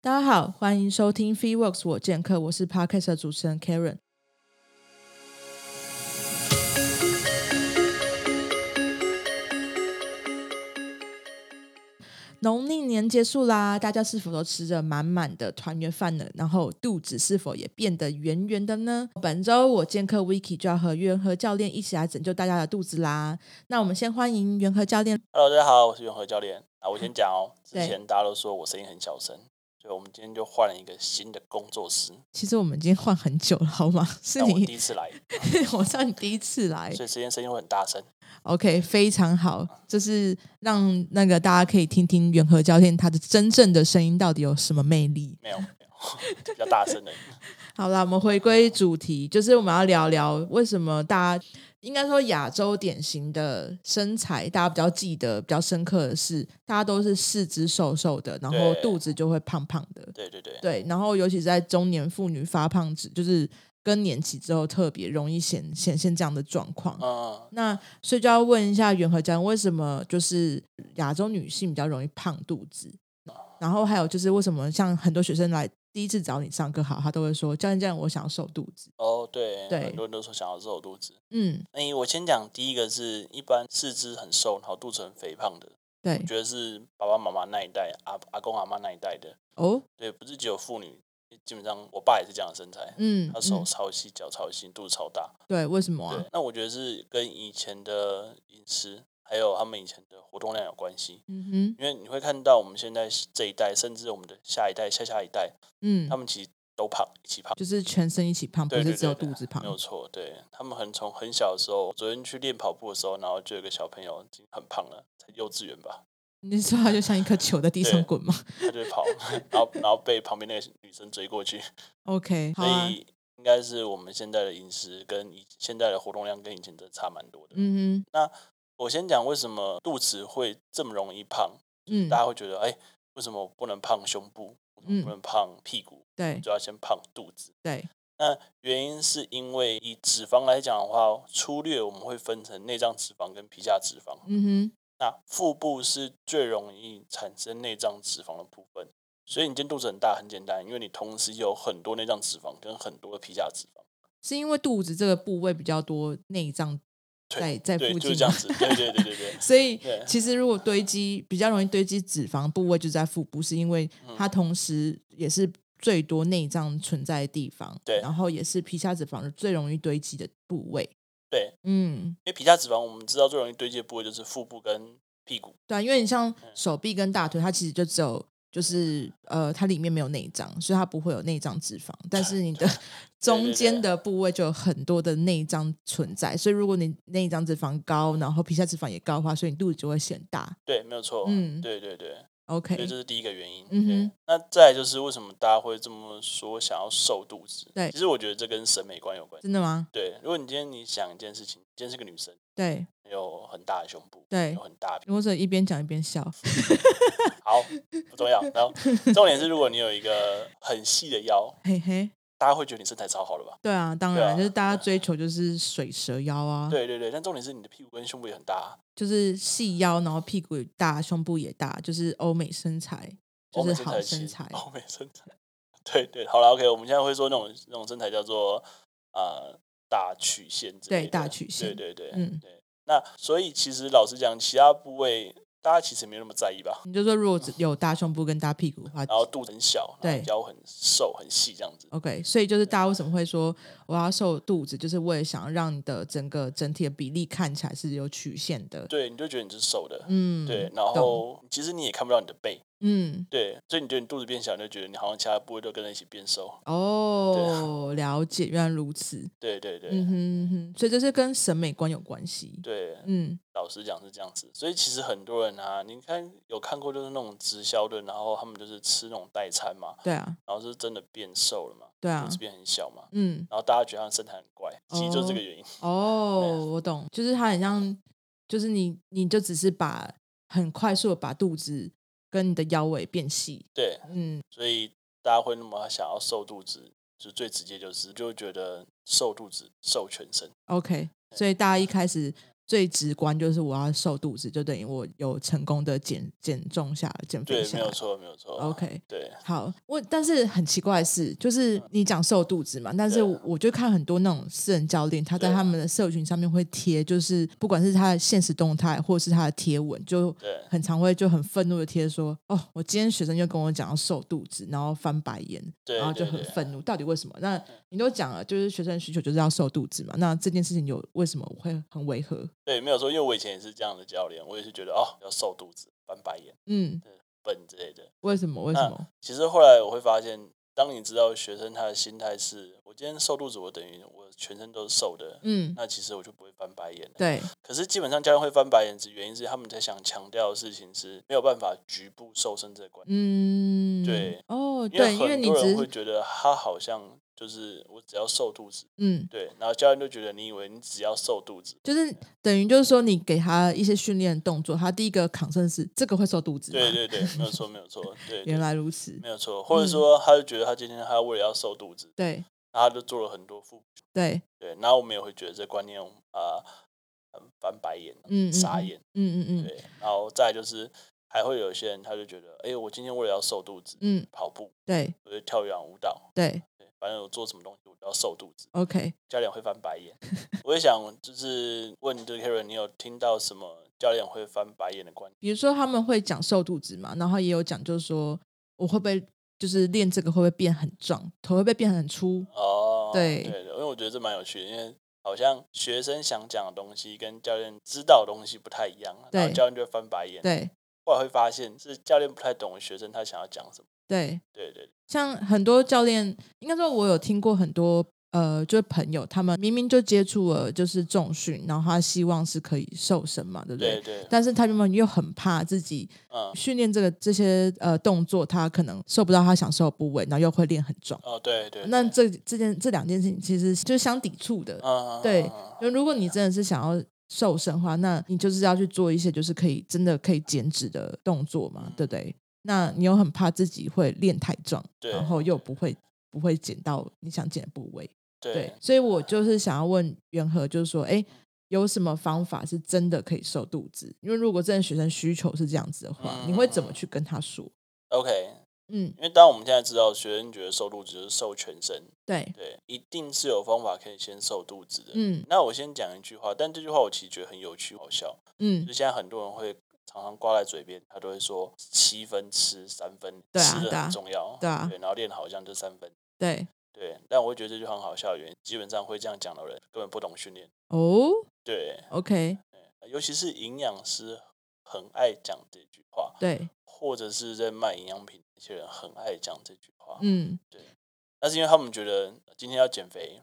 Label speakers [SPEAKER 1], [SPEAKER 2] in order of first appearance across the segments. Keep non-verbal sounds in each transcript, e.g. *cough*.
[SPEAKER 1] 大家好，欢迎收听 Free Works 我见客，我是 Podcast 的主持人 Karen。农历年结束啦，大家是否都吃着满满的团圆饭呢？然后肚子是否也变得圆圆的呢？本周我见客 Vicky 就要和元和教练一起来拯救大家的肚子啦。那我们先欢迎元和教练。
[SPEAKER 2] Hello，大家好，我是袁和教练啊。我先讲哦，之
[SPEAKER 1] 对
[SPEAKER 2] 前大家都说我声音很小声，所以我们今天就换了一个新的工作室，
[SPEAKER 1] 其实我们已经换很久了，好吗？是
[SPEAKER 2] 但我第
[SPEAKER 1] 你，
[SPEAKER 2] 一次来，
[SPEAKER 1] *laughs* 我知道你第一次来，
[SPEAKER 2] 所以之前声音会很大声。
[SPEAKER 1] OK，非常好，就是让那个大家可以听听元和教练他的真正的声音到底有什么魅力。
[SPEAKER 2] 没有，没有， *laughs* 比较大声的。
[SPEAKER 1] 好啦，我们回归主题，就是我们要聊聊为什么大家应该说亚洲典型的身材，大家比较记得、比较深刻的是，大家都是四肢瘦瘦的，然后
[SPEAKER 2] 对
[SPEAKER 1] 肚子就会胖胖的。
[SPEAKER 2] 对对对，
[SPEAKER 1] 对，然后尤其是在中年妇女发胖之，就是更年期之后，特别容易显显现这样的状况。
[SPEAKER 2] 嗯，
[SPEAKER 1] 那所以就要问一下袁和江，为什么就是亚洲女性比较容易胖肚子？然后还有就是为什么像很多学生来第一次找你上课好，他都会说教练教练，我想要瘦肚子。
[SPEAKER 2] 哦，对，
[SPEAKER 1] 对
[SPEAKER 2] 很多人都说想要瘦肚子。
[SPEAKER 1] 嗯，
[SPEAKER 2] 哎，我先讲第一个是，一般四肢很瘦，然后肚子很肥胖的，
[SPEAKER 1] 对
[SPEAKER 2] 我，觉得是爸爸妈妈那一代、阿阿公阿妈那一代的。
[SPEAKER 1] 哦，
[SPEAKER 2] 对，不是只有妇女，基本上我爸也是这样的身材，
[SPEAKER 1] 嗯，
[SPEAKER 2] 他手
[SPEAKER 1] 嗯
[SPEAKER 2] 超细，脚超细，肚子超大。
[SPEAKER 1] 对，为什么啊
[SPEAKER 2] 对？，那我觉得是跟以前的饮食，还有他们以前的活动量有关系。
[SPEAKER 1] 嗯哼，
[SPEAKER 2] 因为你会看到我们现在这一代，甚至我们的下一代、下下一代，
[SPEAKER 1] 嗯
[SPEAKER 2] 他，们其实都胖，一起胖，
[SPEAKER 1] 就是全身一起胖，不
[SPEAKER 2] 对对
[SPEAKER 1] 是
[SPEAKER 2] 对
[SPEAKER 1] 只有
[SPEAKER 2] 对
[SPEAKER 1] 肚子胖
[SPEAKER 2] 没。有错。对他们很从很小的时候，昨天去练跑步的时候，然后就有个小朋友已经很胖了，才幼稚园吧，
[SPEAKER 1] 你说他就像一颗球在地上
[SPEAKER 2] 对
[SPEAKER 1] 滚吗
[SPEAKER 2] 他就跑， *laughs* 然后然后被旁边那个女生追过去，
[SPEAKER 1] ？OK，好
[SPEAKER 2] 所
[SPEAKER 1] 啊，
[SPEAKER 2] 以应该是我们现在的饮食跟以现在的活动量跟以前真的差蛮多的。
[SPEAKER 1] 嗯
[SPEAKER 2] 我先讲为什么肚子会这么容易胖。
[SPEAKER 1] 哼，嗯
[SPEAKER 2] 大，家会觉得，哎、为什么我不能胖胸部？为什么不能胖屁股？
[SPEAKER 1] 对
[SPEAKER 2] 就要先胖肚子。
[SPEAKER 1] 对，
[SPEAKER 2] 那原因是因为以脂肪来讲的话，粗略我们会分成内脏脂肪跟皮下脂肪。
[SPEAKER 1] 嗯
[SPEAKER 2] 那腹部是最容易产生内脏脂肪的部分，所以你今天肚子很大，很简单，因为你同时有很多内脏脂肪跟很多的皮下脂肪。
[SPEAKER 1] 哼，是因为肚子这个部位比较多内脏在
[SPEAKER 2] 对，
[SPEAKER 1] 在
[SPEAKER 2] 对，
[SPEAKER 1] 附
[SPEAKER 2] 就是
[SPEAKER 1] 近
[SPEAKER 2] 这样
[SPEAKER 1] 吗。
[SPEAKER 2] 子。对对对对
[SPEAKER 1] *laughs*
[SPEAKER 2] 对
[SPEAKER 1] 所以
[SPEAKER 2] 对
[SPEAKER 1] 其实如果堆积比较容易堆积脂肪部位就在腹部，是因为它同时也是最多内脏存在的地方，
[SPEAKER 2] 对
[SPEAKER 1] 然后也是皮下脂肪最容易堆积的部位，
[SPEAKER 2] 对，
[SPEAKER 1] 嗯，
[SPEAKER 2] 因为皮下脂肪我们知道最容易堆积的部位就是腹部跟屁股。
[SPEAKER 1] 对啊、因为你像手臂跟大腿，它其实就只有。就是呃，它里面没有内脏，所以它不会有内脏脂肪。但是
[SPEAKER 2] *laughs*
[SPEAKER 1] 你的中间的部位就有很多的内脏存在，所以如果你内脏脂肪高，然后皮下脂肪也高的话，所以你肚子就会显大。
[SPEAKER 2] 对，没有错。
[SPEAKER 1] 嗯
[SPEAKER 2] 对对对。
[SPEAKER 1] OK，
[SPEAKER 2] 所以这是第一个原因。
[SPEAKER 1] 嗯哼
[SPEAKER 2] 对那再来就是为什么大家会这么说想要瘦肚子？
[SPEAKER 1] 对
[SPEAKER 2] 其实我觉得这跟审美观有关系。
[SPEAKER 1] 真的吗？
[SPEAKER 2] 对，如果你今天你想一件事情，今天是个女生，
[SPEAKER 1] 对
[SPEAKER 2] 有很大的胸部，
[SPEAKER 1] 对
[SPEAKER 2] 有，很大的屁
[SPEAKER 1] 我只能一边讲一边笑。
[SPEAKER 2] 股，好，不重要。
[SPEAKER 1] *laughs*
[SPEAKER 2] 然后重点是，如果你有一个很细的腰，
[SPEAKER 1] 嘿嘿，
[SPEAKER 2] 大家会觉得你身材超好了吧？
[SPEAKER 1] 对啊，当
[SPEAKER 2] 对
[SPEAKER 1] 然、
[SPEAKER 2] 啊
[SPEAKER 1] 就是大家追求就是水蛇腰啊，
[SPEAKER 2] 对对对，但重点是你的屁股跟胸部也很大啊，
[SPEAKER 1] 就是细腰，然后屁股也大，胸部也大，就是欧美身材，
[SPEAKER 2] 欧
[SPEAKER 1] 就
[SPEAKER 2] 美
[SPEAKER 1] 是好
[SPEAKER 2] 身
[SPEAKER 1] 身
[SPEAKER 2] 材
[SPEAKER 1] 材
[SPEAKER 2] 哦其实，。欧美身材。 *laughs* 对对，好了，OK，我们现在会说那种那种身材叫做呃大曲线之
[SPEAKER 1] 对
[SPEAKER 2] 类的，
[SPEAKER 1] 大曲线
[SPEAKER 2] 对对对，
[SPEAKER 1] 嗯
[SPEAKER 2] 对。那所以其实老实讲，其他部位大家其实没有那么在意吧。
[SPEAKER 1] 你就说如果只有大胸部跟大屁股的话
[SPEAKER 2] 然后肚子很小，然后
[SPEAKER 1] 对
[SPEAKER 2] 腰很瘦很细这样子。
[SPEAKER 1] ，OK，所以就是大家为什么会说我要瘦肚子，就是为了想要让你的整个整体的比例看起来是有曲线的。
[SPEAKER 2] 对，你就觉得你是瘦的，
[SPEAKER 1] 嗯，
[SPEAKER 2] 对。然
[SPEAKER 1] 懂
[SPEAKER 2] 后其实你也看不到你的背，
[SPEAKER 1] 嗯，
[SPEAKER 2] 对。所以你觉得你肚子变小，你就觉得你好像其他部位都跟着一起变瘦。
[SPEAKER 1] 哦，了解，原来如此。
[SPEAKER 2] 对啊对对、
[SPEAKER 1] 嗯哼嗯哼，所以这是跟审美观有关系。
[SPEAKER 2] 对，
[SPEAKER 1] 嗯，
[SPEAKER 2] 老实讲是这样子。所以其实很多人啊，你看有看过就是那种直销的，然后他们就是吃那种代餐嘛，
[SPEAKER 1] 对啊，
[SPEAKER 2] 然后是真的变瘦了嘛，
[SPEAKER 1] 对啊
[SPEAKER 2] 肚子变很小嘛，
[SPEAKER 1] 嗯，
[SPEAKER 2] 然后大家觉得他们身材很怪，其实就是这个
[SPEAKER 1] 哦
[SPEAKER 2] 原因。
[SPEAKER 1] 哦，
[SPEAKER 2] 啊
[SPEAKER 1] 我懂，就是它很像，就是你你就只是把很快速的把肚子跟你的腰围变细，
[SPEAKER 2] 对，
[SPEAKER 1] 嗯，
[SPEAKER 2] 所以大家会那么想要瘦肚子，就最直接就是就会觉得瘦肚子瘦全身。
[SPEAKER 1] OK，所以大家一开始最直观就是我要瘦肚子，就等于我有成功的减减重下来，减肥
[SPEAKER 2] 对，
[SPEAKER 1] 下
[SPEAKER 2] 没
[SPEAKER 1] 来
[SPEAKER 2] 有。错，没有错。
[SPEAKER 1] OK
[SPEAKER 2] 对，
[SPEAKER 1] 好，我但是很奇怪的是，就是你讲瘦肚子嘛，但是
[SPEAKER 2] 对啊
[SPEAKER 1] 我就看很多那种私人教练，他在
[SPEAKER 2] 对啊
[SPEAKER 1] 他们的社群上面会贴，就是不管是他的现实动态或是他的贴文，就
[SPEAKER 2] 对
[SPEAKER 1] 很常会就很愤怒的贴说，哦，我今天学生就跟我讲要瘦肚子，然后翻白眼，
[SPEAKER 2] 对
[SPEAKER 1] 然后就
[SPEAKER 2] 对
[SPEAKER 1] 很
[SPEAKER 2] 对嗯
[SPEAKER 1] 愤怒，到底为什么？那你都讲了，就是学生的需求就是要瘦肚子嘛，那这件事情有为什么我会很违和？
[SPEAKER 2] 对，没有错，因为我以前也是这样的教练，我也是觉得哦，要瘦肚子、翻白眼、
[SPEAKER 1] 嗯，
[SPEAKER 2] 笨之类的。
[SPEAKER 1] 为什么？为什
[SPEAKER 2] 那
[SPEAKER 1] 么？
[SPEAKER 2] 其实后来我会发现，当你知道学生他的心态是，我今天瘦肚子，我等于我全身都是瘦的，
[SPEAKER 1] 嗯，
[SPEAKER 2] 那其实我就不会翻白眼了。
[SPEAKER 1] 对，
[SPEAKER 2] 可是基本上教练会翻白眼，只原因是他们在想强调的事情是没有办法局部瘦身这个观念，
[SPEAKER 1] 嗯，
[SPEAKER 2] 对，
[SPEAKER 1] 哦，对，因为
[SPEAKER 2] 很
[SPEAKER 1] 你
[SPEAKER 2] 多
[SPEAKER 1] 只
[SPEAKER 2] 人会
[SPEAKER 1] 是
[SPEAKER 2] 觉得他好像就是我只要瘦肚子，
[SPEAKER 1] 嗯。
[SPEAKER 2] 对，然后教练就觉得你以为你只要瘦肚
[SPEAKER 1] *laughs*
[SPEAKER 2] 子，
[SPEAKER 1] 就是等于就是说，你给他一些训练动作，他第一个 concern 是这个会瘦肚子吗。
[SPEAKER 2] 对对对，没有错没有错，对，对
[SPEAKER 1] *laughs* 原来嗯如此。
[SPEAKER 2] 没有错，或者说他就觉得他今天他为了要瘦肚子，
[SPEAKER 1] 对
[SPEAKER 2] 然后他就做了很多腹
[SPEAKER 1] 对，
[SPEAKER 2] 对，然后我们也会觉得这观念啊、呃很翻白眼，
[SPEAKER 1] 嗯，嗯
[SPEAKER 2] 傻眼，，
[SPEAKER 1] 嗯嗯嗯
[SPEAKER 2] 对，然后再来就是还会有些人他就觉得，哎，我今天为了要瘦肚子，
[SPEAKER 1] 嗯，
[SPEAKER 2] 跑步，
[SPEAKER 1] 对
[SPEAKER 2] 我就跳远舞蹈，
[SPEAKER 1] 对
[SPEAKER 2] 对，反正我做什么东西我都要瘦肚子，
[SPEAKER 1] ，OK，
[SPEAKER 2] 教练会翻白
[SPEAKER 1] *laughs*
[SPEAKER 2] 眼。我也想就是问这个 Karen，你有听到什么教练会翻白眼的观点？
[SPEAKER 1] 比如说他们会讲瘦肚子嘛，然后也有讲就是说我会不会就是练这个会不会变很壮，头会不会变很粗？
[SPEAKER 2] 哦，
[SPEAKER 1] 对
[SPEAKER 2] 对，因为我觉得这蛮有趣的，因为。好像学生想讲的东西跟教练知道的东西不太一样，啊然后
[SPEAKER 1] 对
[SPEAKER 2] 教练就会翻白眼。
[SPEAKER 1] 对
[SPEAKER 2] 后来会发现是教练不太懂学生他想要讲什么。
[SPEAKER 1] 对，
[SPEAKER 2] 对对
[SPEAKER 1] 像很多教练，应该说我有听过很多呃，就是朋友他们明明就接触了就是重训，然后他希望是可以瘦身嘛，对不对？
[SPEAKER 2] 对对对，
[SPEAKER 1] 但是他们又很怕自己
[SPEAKER 2] 嗯，
[SPEAKER 1] 训练这个这些呃动作，他可能瘦不到他想瘦的部位，然后又会练很壮。
[SPEAKER 2] 哦对对，
[SPEAKER 1] 那
[SPEAKER 2] 对
[SPEAKER 1] 这这件这两件事情其实就是相抵触的。
[SPEAKER 2] 嗯，
[SPEAKER 1] 对
[SPEAKER 2] 嗯嗯嗯
[SPEAKER 1] 就如果你真的是想要瘦身的话，那你就是要去做一些就是可以真的可以减脂的动作嘛，对不对？那你又很怕自己会练太壮，
[SPEAKER 2] 对
[SPEAKER 1] 然后又不会不会减到你想减的部位，对
[SPEAKER 2] 对。
[SPEAKER 1] 所以我就是想要问元和，就是说，哎，有什么方法是真的可以瘦肚子？因为如果真的学生需求是这样子的话，你会怎
[SPEAKER 2] 嗯
[SPEAKER 1] 么去跟他说？
[SPEAKER 2] OK，
[SPEAKER 1] 嗯，
[SPEAKER 2] 因为当我们现在知道学生觉得瘦肚子就是瘦全身，
[SPEAKER 1] 对，
[SPEAKER 2] 对，一定是有方法可以先瘦肚子的。
[SPEAKER 1] 嗯
[SPEAKER 2] 那我先讲一句话，但这句话我其实觉得很有趣好笑，
[SPEAKER 1] 嗯
[SPEAKER 2] 就，现在很多人会常常挂在嘴边，他都会说七分吃三分，
[SPEAKER 1] 对啊
[SPEAKER 2] 吃的
[SPEAKER 1] 对啊
[SPEAKER 2] 很重要，
[SPEAKER 1] 对啊
[SPEAKER 2] 对，然后练好像就三分，
[SPEAKER 1] 对，
[SPEAKER 2] 对。但我会觉得这句话很好笑的原因，基本上会这样讲的人根本不懂训练，
[SPEAKER 1] 哦
[SPEAKER 2] 对，
[SPEAKER 1] ，OK，
[SPEAKER 2] 尤其是营养师很爱讲这句话，
[SPEAKER 1] 对，
[SPEAKER 2] 或者是在卖营养品的那些人很爱讲这句话。
[SPEAKER 1] 嗯
[SPEAKER 2] 那是因为他们觉得今天要减肥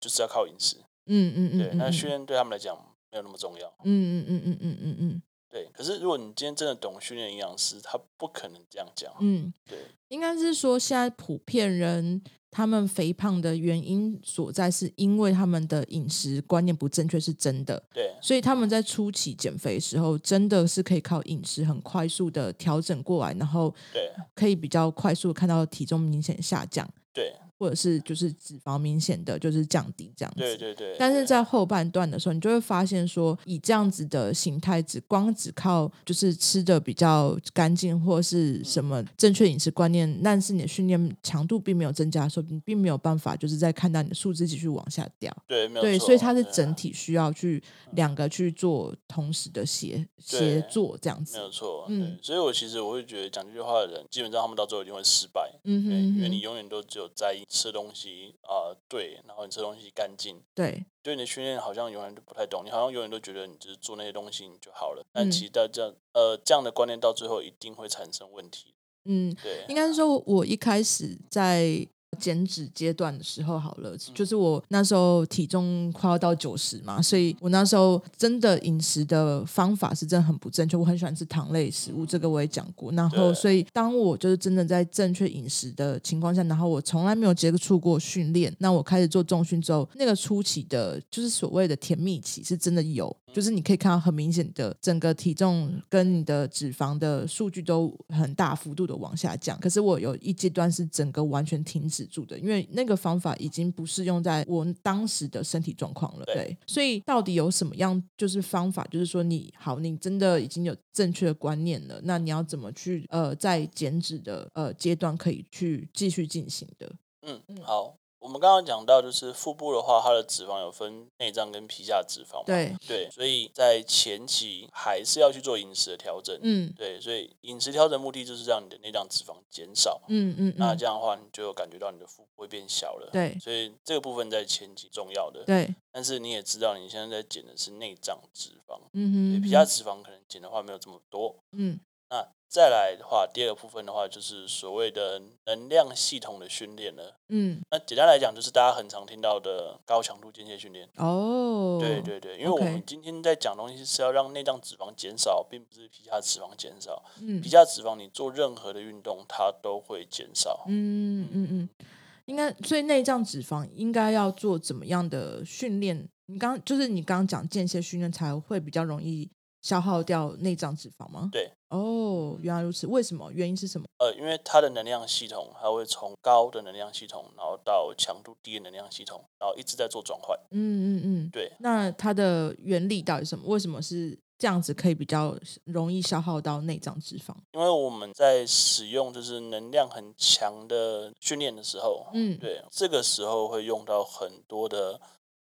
[SPEAKER 2] 就是要靠饮食，
[SPEAKER 1] 嗯嗯嗯，
[SPEAKER 2] 对，那
[SPEAKER 1] 嗯
[SPEAKER 2] 训练对他们来讲没有那么重要，
[SPEAKER 1] 嗯嗯嗯嗯嗯嗯
[SPEAKER 2] 对。可是如果你今天真的懂训练营养师，他不可能这样讲，
[SPEAKER 1] 嗯嗯，
[SPEAKER 2] 对，
[SPEAKER 1] 应该是说现在普遍人他们肥胖的原因所在，是因为他们的饮食观念不正确，是真的。
[SPEAKER 2] 对，
[SPEAKER 1] 所以他们在初期减肥的时候，真的是可以靠饮食很快速的调整过来，然后
[SPEAKER 2] 对，
[SPEAKER 1] 可以比较快速地看到体重明显下降，
[SPEAKER 2] 对，
[SPEAKER 1] 或者是就是脂肪明显的就是降低这样子。
[SPEAKER 2] 对，对，对。
[SPEAKER 1] 但是
[SPEAKER 2] 对
[SPEAKER 1] 在后半段的时候，你就会发现说，以这样子的形态，只光只靠就是吃的比较干净或是
[SPEAKER 2] 嗯
[SPEAKER 1] 什么正确饮食观念，但是你的训练强度并没有增加的时候，你并没有办法就是在看到你的数字继续往下掉。
[SPEAKER 2] 对，没有
[SPEAKER 1] 对，
[SPEAKER 2] 错嗯
[SPEAKER 1] 所以它是
[SPEAKER 2] 对
[SPEAKER 1] 整体需要去两个去做同时的协
[SPEAKER 2] 对
[SPEAKER 1] 协作这样
[SPEAKER 2] 没有
[SPEAKER 1] 子。
[SPEAKER 2] 错，
[SPEAKER 1] 嗯
[SPEAKER 2] 嗯，所以我其实我会觉得讲这句话的人，基本上他们到最后一定会失败，
[SPEAKER 1] 嗯
[SPEAKER 2] 对，
[SPEAKER 1] 哼
[SPEAKER 2] 因为你
[SPEAKER 1] 哼，
[SPEAKER 2] 永远都只有在意吃东西啊、对，然后你吃东西干净，
[SPEAKER 1] 对
[SPEAKER 2] 对你的训练好像永远都不太懂，你好像永远都觉得你就是做那些东西你就好了，但
[SPEAKER 1] 嗯
[SPEAKER 2] 其实到这样呃这样的观念到最后一定会产生问题，
[SPEAKER 1] 嗯，
[SPEAKER 2] 对啊
[SPEAKER 1] 应，该是说，我一开始在减脂阶段的时候，好了，就是我那时候体重快要到九十嘛，所以我那时候真的饮食的方法是真的很不正确。我很喜欢吃糖类食物，这个我也讲过。然后，
[SPEAKER 2] 对
[SPEAKER 1] 所以当我就是真的在正确饮食的情况下，然后我从来没有接触过训练，那我开始做重训之后，那个初期的，就是所谓的甜蜜期，是真的有，就是你可以看到很明显的整个体重跟你的脂肪的数据都很大幅度的往下降。可是我有一阶段是整个完全停止住的，因为那个方法已经不适用在我当时的身体状况了。
[SPEAKER 2] 对
[SPEAKER 1] 对，所以到底有什么样就是方法？就是说你好，你真的已经有正确的观念了，那你要怎么去呃在减脂的呃阶段可以去继续进行的？
[SPEAKER 2] 嗯，好，我们刚刚讲到就是腹部的话，它的脂肪有分内脏跟皮下脂肪嘛，
[SPEAKER 1] 对，
[SPEAKER 2] 对，所以在前期还是要去做饮食的调整，
[SPEAKER 1] 嗯
[SPEAKER 2] 对，所以饮食调整目的就是让你的内脏脂肪减少，
[SPEAKER 1] 嗯嗯，
[SPEAKER 2] 那
[SPEAKER 1] 嗯
[SPEAKER 2] 这样的话你就有感觉到你的腹部会变小了，，
[SPEAKER 1] 对
[SPEAKER 2] 所以这个部分在前期重要的，
[SPEAKER 1] 对，
[SPEAKER 2] 但是你也知道你现在在减的是内脏脂肪，对
[SPEAKER 1] 嗯哼，
[SPEAKER 2] 皮下脂肪可能减的话没有这么多，
[SPEAKER 1] 嗯
[SPEAKER 2] 那再来的话，第二个部分的话就是所谓的能量系统的训练了。
[SPEAKER 1] 嗯
[SPEAKER 2] 那简单来讲，就是大家很常听到的高强度间歇训练。
[SPEAKER 1] 哦，
[SPEAKER 2] 对对对，因为我
[SPEAKER 1] OK
[SPEAKER 2] 们今天在讲东西是要让内脏脂肪减少，并不是皮下脂肪减少。
[SPEAKER 1] 嗯
[SPEAKER 2] 皮下脂肪你做任何的运动，它都会减少。
[SPEAKER 1] 嗯嗯嗯，应该所以内脏脂肪应该要做怎么样的训练？你刚就是你刚刚讲间歇训练才会比较容易消耗掉内脏脂肪吗？
[SPEAKER 2] 对，
[SPEAKER 1] 哦，原来如此，为什么？原因是什么？
[SPEAKER 2] 呃，因为它的能量系统，它会从高的能量系统，然后到强度低的能量系统，然后一直在做转换。
[SPEAKER 1] 嗯嗯嗯，
[SPEAKER 2] 对，
[SPEAKER 1] 那它的原理到底是什么？为什么是这样子可以比较容易消耗到内脏脂肪？
[SPEAKER 2] 因为我们在使用就是能量很强的训练的时候，
[SPEAKER 1] 嗯
[SPEAKER 2] 对，这个时候会用到很多的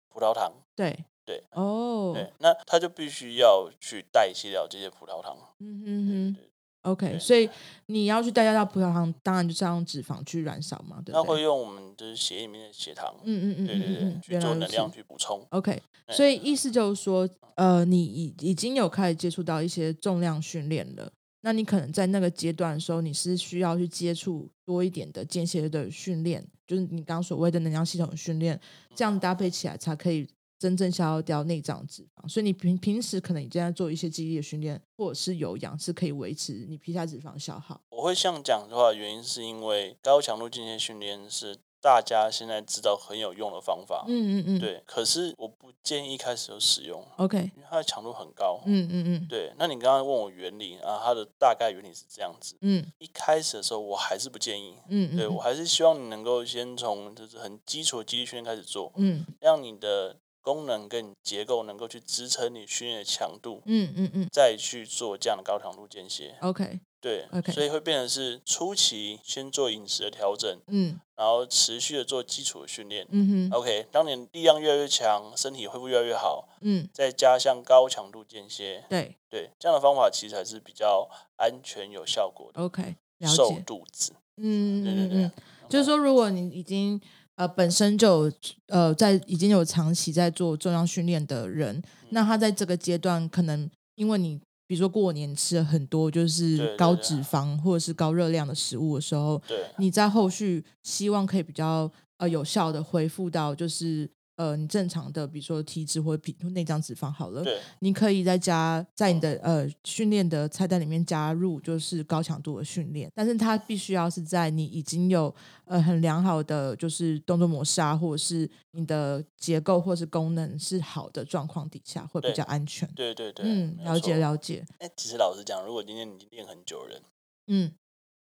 [SPEAKER 2] 葡萄糖。
[SPEAKER 1] 对
[SPEAKER 2] 对
[SPEAKER 1] 哦，
[SPEAKER 2] 对，那它就必须要去代谢掉这些葡萄糖。
[SPEAKER 1] 嗯
[SPEAKER 2] 对
[SPEAKER 1] 哼哼
[SPEAKER 2] 对
[SPEAKER 1] ，OK，
[SPEAKER 2] 对
[SPEAKER 1] 所以你要去代谢到葡萄糖，当然就是要用脂肪去燃烧嘛，对
[SPEAKER 2] 那
[SPEAKER 1] 不
[SPEAKER 2] 会
[SPEAKER 1] 对？
[SPEAKER 2] 用我们就是血液里面的血糖，
[SPEAKER 1] 嗯嗯嗯嗯
[SPEAKER 2] 对对
[SPEAKER 1] 嗯
[SPEAKER 2] 对
[SPEAKER 1] 嗯，，
[SPEAKER 2] 去
[SPEAKER 1] 原来
[SPEAKER 2] 做
[SPEAKER 1] 如
[SPEAKER 2] 能量
[SPEAKER 1] 此。
[SPEAKER 2] 去补充。
[SPEAKER 1] OK，
[SPEAKER 2] 哎
[SPEAKER 1] 所以意思就是说，呃，你已已经有开始接触到一些重量训练了。那你可能在那个阶段的时候，你是需要去接触多一点的间歇的训练，就是你刚刚所谓的能量系统训练，这样搭配起来才可以真正消耗掉内脏脂肪。所以你平平时可能你正在做一些肌力的训练，或者是有氧，是可以维持你皮下脂肪消耗。
[SPEAKER 2] 我会像讲的话，原因是因为高强度间歇训练是大家现在知道很有用的方法，
[SPEAKER 1] 嗯嗯嗯，
[SPEAKER 2] 对。可是我不建议一开始就使用，
[SPEAKER 1] ，OK，
[SPEAKER 2] 因为它的强度很高。
[SPEAKER 1] 嗯嗯嗯
[SPEAKER 2] 对，那你刚刚问我原理啊，它的大概原理是这样子。
[SPEAKER 1] 嗯
[SPEAKER 2] 一开始的时候，我还是不建议，
[SPEAKER 1] 嗯嗯，
[SPEAKER 2] 对我还是希望你能够先从就是很基础的肌力训练开始做，
[SPEAKER 1] 嗯
[SPEAKER 2] 让你的功能跟结构能够去支撑你训练的强度，
[SPEAKER 1] 嗯嗯嗯
[SPEAKER 2] 再去做这样的高强度间歇。
[SPEAKER 1] ，OK，
[SPEAKER 2] 对
[SPEAKER 1] OK
[SPEAKER 2] 所以会变成是初期先做饮食的调整，
[SPEAKER 1] 嗯
[SPEAKER 2] 然后持续的做基础的训练。
[SPEAKER 1] 嗯哼，
[SPEAKER 2] OK，当你力量越来越强，身体恢复越来越好，
[SPEAKER 1] 嗯，
[SPEAKER 2] 再加上高强度间歇，
[SPEAKER 1] 对
[SPEAKER 2] 对这样的方法其实还是比较安全有效果的，
[SPEAKER 1] ，OK，了
[SPEAKER 2] 瘦
[SPEAKER 1] 解。
[SPEAKER 2] 肚子。
[SPEAKER 1] 嗯
[SPEAKER 2] 对对
[SPEAKER 1] 嗯
[SPEAKER 2] 对，
[SPEAKER 1] 嗯，就是说，如果你已经呃本身就有呃在已经有长期在做重量训练的人，
[SPEAKER 2] 嗯
[SPEAKER 1] 那他在这个阶段可能因为你。比如说过年吃了很多就
[SPEAKER 2] 对
[SPEAKER 1] 是
[SPEAKER 2] 对
[SPEAKER 1] 高
[SPEAKER 2] 对啊
[SPEAKER 1] 脂肪或者是高热量的食物的时候，
[SPEAKER 2] 对啊
[SPEAKER 1] 你在后续希望可以比较呃有效的恢复到就是呃你正常的，比如说体脂或者皮内脏脂肪好了，
[SPEAKER 2] 对
[SPEAKER 1] 你可以在加在
[SPEAKER 2] 嗯
[SPEAKER 1] 你的呃训练的菜单里面加入就是高强度的训练，但是它必须要是在你已经有呃很良好的就是动作模式啊，或者是你的结构或是功能是好的状况底下，会比
[SPEAKER 2] 对
[SPEAKER 1] 较安全。
[SPEAKER 2] 对对对，
[SPEAKER 1] 嗯，
[SPEAKER 2] 没有
[SPEAKER 1] 了解
[SPEAKER 2] 错。
[SPEAKER 1] 了解。
[SPEAKER 2] 哎、其实老实讲，如果今天你练很久的人，
[SPEAKER 1] 嗯，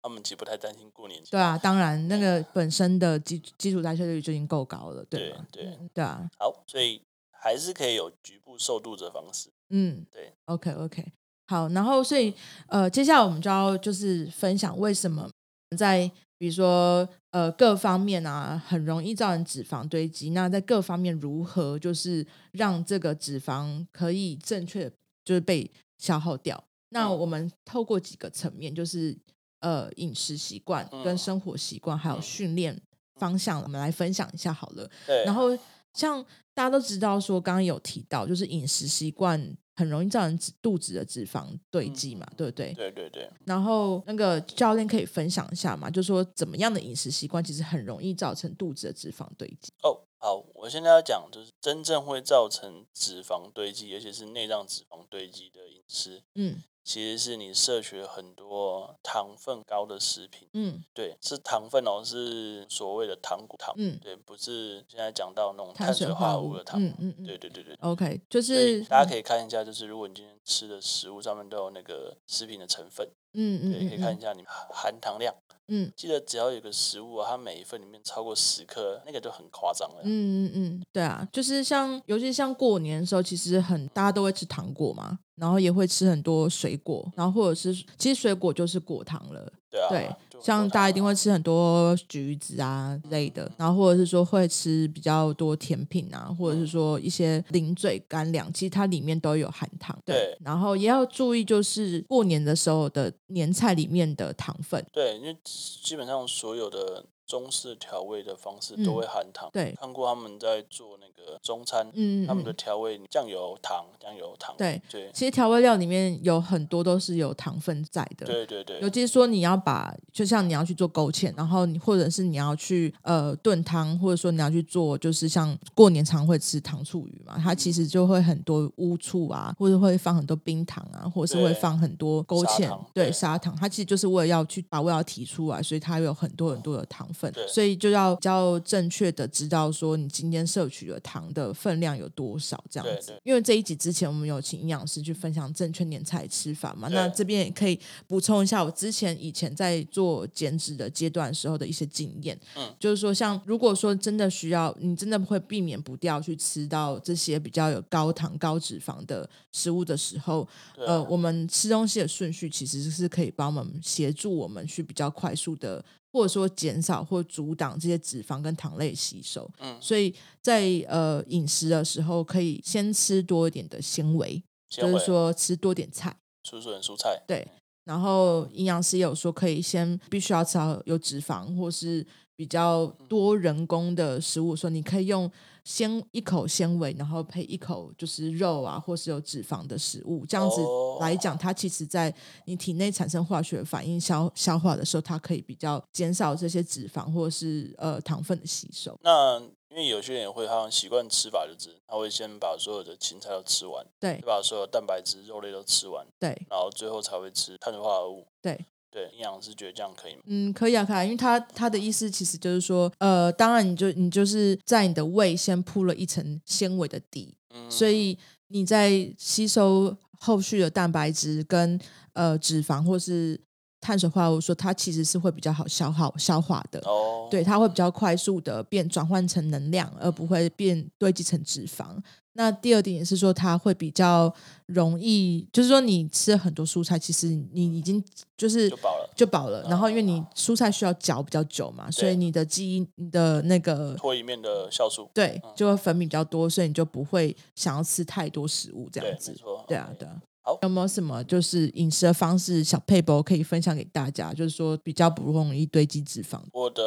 [SPEAKER 2] 他们其实不太担心过年。
[SPEAKER 1] 对啊，当然那个本身的基基础代谢率就已经够高了，对吗？
[SPEAKER 2] 对对
[SPEAKER 1] 嗯对啊，
[SPEAKER 2] 好，所以还是可以有局部瘦肚子的方式。
[SPEAKER 1] 嗯，
[SPEAKER 2] 对
[SPEAKER 1] ，OK OK，好，然后所以呃，接下来我们就要就是分享为什么在比如说呃各方面啊，很容易造成脂肪堆积。那在各方面如何就是让这个脂肪可以正确地就是被消耗掉？那
[SPEAKER 2] 嗯
[SPEAKER 1] 我们透过几个层面，就是呃饮食习惯、跟
[SPEAKER 2] 嗯
[SPEAKER 1] 生活习惯，还有训练方向，我们来分享一下好了。
[SPEAKER 2] 对，
[SPEAKER 1] 然后像大家都知道说，刚刚有提到，就是饮食习惯很容易造成脂肚子的脂肪堆积嘛，对不对？
[SPEAKER 2] 嗯对对对，
[SPEAKER 1] 然后那个教练可以分享一下嘛，就说怎么样的饮食习惯其实很容易造成肚子的脂肪堆积。
[SPEAKER 2] 哦，好，我现在要讲就是真正会造成脂肪堆积，而且是内脏脂肪堆积的饮食
[SPEAKER 1] 嗯
[SPEAKER 2] 其实是你摄取了很多糖分高的食品。
[SPEAKER 1] 嗯
[SPEAKER 2] 对，是糖分哦，是所谓的糖果糖。
[SPEAKER 1] 嗯
[SPEAKER 2] 对，不是现在讲到那种
[SPEAKER 1] 碳
[SPEAKER 2] 碳
[SPEAKER 1] 水
[SPEAKER 2] 水
[SPEAKER 1] 化
[SPEAKER 2] 化
[SPEAKER 1] 物
[SPEAKER 2] 合物的糖。
[SPEAKER 1] 嗯嗯嗯
[SPEAKER 2] 对对对对。
[SPEAKER 1] ，OK，就
[SPEAKER 2] 所以
[SPEAKER 1] 是嗯
[SPEAKER 2] 大家可以看一下，就是如果你今天吃的食物上面都有那个食品的成分，
[SPEAKER 1] 嗯嗯
[SPEAKER 2] 对，
[SPEAKER 1] 嗯
[SPEAKER 2] 可以看
[SPEAKER 1] 嗯
[SPEAKER 2] 一下你含含糖量。
[SPEAKER 1] 嗯
[SPEAKER 2] 记得只要有个食物啊，它每一份里面超过十克，那个就很夸张了。
[SPEAKER 1] 嗯嗯嗯，对啊，就是像尤其像过年的时候，其实很大家都会吃糖果嘛，然后也会吃很多水果，然后或者是其实水果就是果糖了。
[SPEAKER 2] 对啊，
[SPEAKER 1] 对
[SPEAKER 2] 就，很
[SPEAKER 1] 像大
[SPEAKER 2] 多
[SPEAKER 1] 家
[SPEAKER 2] 糖
[SPEAKER 1] 一定
[SPEAKER 2] 啊
[SPEAKER 1] 会吃很多橘子啊之类
[SPEAKER 2] 嗯
[SPEAKER 1] 的，然后或者是说会吃比较多甜品啊，或者是
[SPEAKER 2] 嗯
[SPEAKER 1] 说一些零嘴干粮，其实它里面都有含糖。
[SPEAKER 2] 对
[SPEAKER 1] 然后也要注意，就是过年的时候的年菜里面的糖分。
[SPEAKER 2] 对，因为基本上所有的中式调味的方式
[SPEAKER 1] 嗯
[SPEAKER 2] 都会含糖。
[SPEAKER 1] 对
[SPEAKER 2] 看过他们在做那个中餐，
[SPEAKER 1] 嗯，
[SPEAKER 2] 他们的
[SPEAKER 1] 嗯
[SPEAKER 2] 调味酱油糖、酱油糖。
[SPEAKER 1] 对
[SPEAKER 2] 对
[SPEAKER 1] 其实调味料里面有很多都是有糖分在的。
[SPEAKER 2] 对对对，
[SPEAKER 1] 尤其是说你要把，就像你要去做勾芡，然后你或者是你要去呃炖汤，或者说你要去做，就是像过年常会吃糖醋鱼嘛，它其实就会很多乌醋啊，或者会放很多冰糖啊，或者是会
[SPEAKER 2] 对
[SPEAKER 1] 放很多勾
[SPEAKER 2] 砂
[SPEAKER 1] 芡
[SPEAKER 2] 糖，
[SPEAKER 1] 对
[SPEAKER 2] 对
[SPEAKER 1] 砂糖，它其实就是为了要去把味道提出来，所以它有很多很多的糖分，
[SPEAKER 2] 对
[SPEAKER 1] 所以就要比较正确的知道说你今天摄取的糖的分量有多少这样
[SPEAKER 2] 对
[SPEAKER 1] 子
[SPEAKER 2] 对。
[SPEAKER 1] 因为这一集之前我们有请营养师去分享正确年菜吃法嘛，
[SPEAKER 2] 对
[SPEAKER 1] 那这边也可以补充一下我之前以前在做减脂的阶段时候的一些经验，
[SPEAKER 2] 嗯
[SPEAKER 1] 就是说像如果说真的需要，你真的会避免不掉去吃到这些比较有高糖高脂肪的食物的时候，
[SPEAKER 2] 对
[SPEAKER 1] 呃，
[SPEAKER 2] 啊
[SPEAKER 1] 我们吃东西的顺序其实是可以帮我们协助我们去比较快速的，或者说减少或阻挡这些脂肪跟糖类吸收。
[SPEAKER 2] 嗯
[SPEAKER 1] 所以在呃饮食的时候，可以先吃多一点的纤维，
[SPEAKER 2] 纤
[SPEAKER 1] 就
[SPEAKER 2] 维
[SPEAKER 1] 是、说吃多点菜，
[SPEAKER 2] 蔬笋、蔬菜，
[SPEAKER 1] 对。然后营养师也有说，可以先必须要吃到有脂肪或是比较
[SPEAKER 2] 嗯
[SPEAKER 1] 多人工的食物，说你可以用先一口纤维，然后配一口就是肉啊，或是有脂肪的食物，这样子
[SPEAKER 2] 哦
[SPEAKER 1] 来讲，它其实在你体内产生化学反应消消化的时候，它可以比较减少这些脂肪或是呃糖分的吸收。
[SPEAKER 2] 那因为有些人也会，他们习惯吃法就是，他会先把所有的青菜都吃完，
[SPEAKER 1] 对
[SPEAKER 2] 再把所有蛋白质、肉类都吃完，
[SPEAKER 1] 对
[SPEAKER 2] 然后最后才会吃碳水化合物。
[SPEAKER 1] 对，
[SPEAKER 2] 对，营养师觉得这样可以吗？
[SPEAKER 1] 嗯，可以啊，可以啊，因为他他的意思其实就是说，呃，当然你就你就是在你的胃先铺了一层纤维的底，
[SPEAKER 2] 嗯，
[SPEAKER 1] 所以你在吸收后续的蛋白质跟呃脂肪或是碳水化合物，说它其实是会比较好消耗消化的。
[SPEAKER 2] 哦，
[SPEAKER 1] 对，它会比较快速的变转换成能量，而不会变堆积成脂肪。那第二点也是说，它会比较容易，就是说你吃了很多蔬菜，其实你已经就是
[SPEAKER 2] 就饱了
[SPEAKER 1] 就饱了。然后因为你蔬菜需要嚼比较久嘛，所以
[SPEAKER 2] 嗯对
[SPEAKER 1] 你的记忆、你的那个
[SPEAKER 2] 脱一面的酵素。
[SPEAKER 1] 对就会分泌比较多，所以你就不会想要吃太多食物这
[SPEAKER 2] 对，
[SPEAKER 1] 样
[SPEAKER 2] 没
[SPEAKER 1] 子。
[SPEAKER 2] 错。嗯
[SPEAKER 1] 对啊
[SPEAKER 2] OK，
[SPEAKER 1] 对啊。
[SPEAKER 2] 好
[SPEAKER 1] 有没有什么就是饮食的方式小配博可以分享给大家？就是说比较不容易堆积脂肪。
[SPEAKER 2] 我的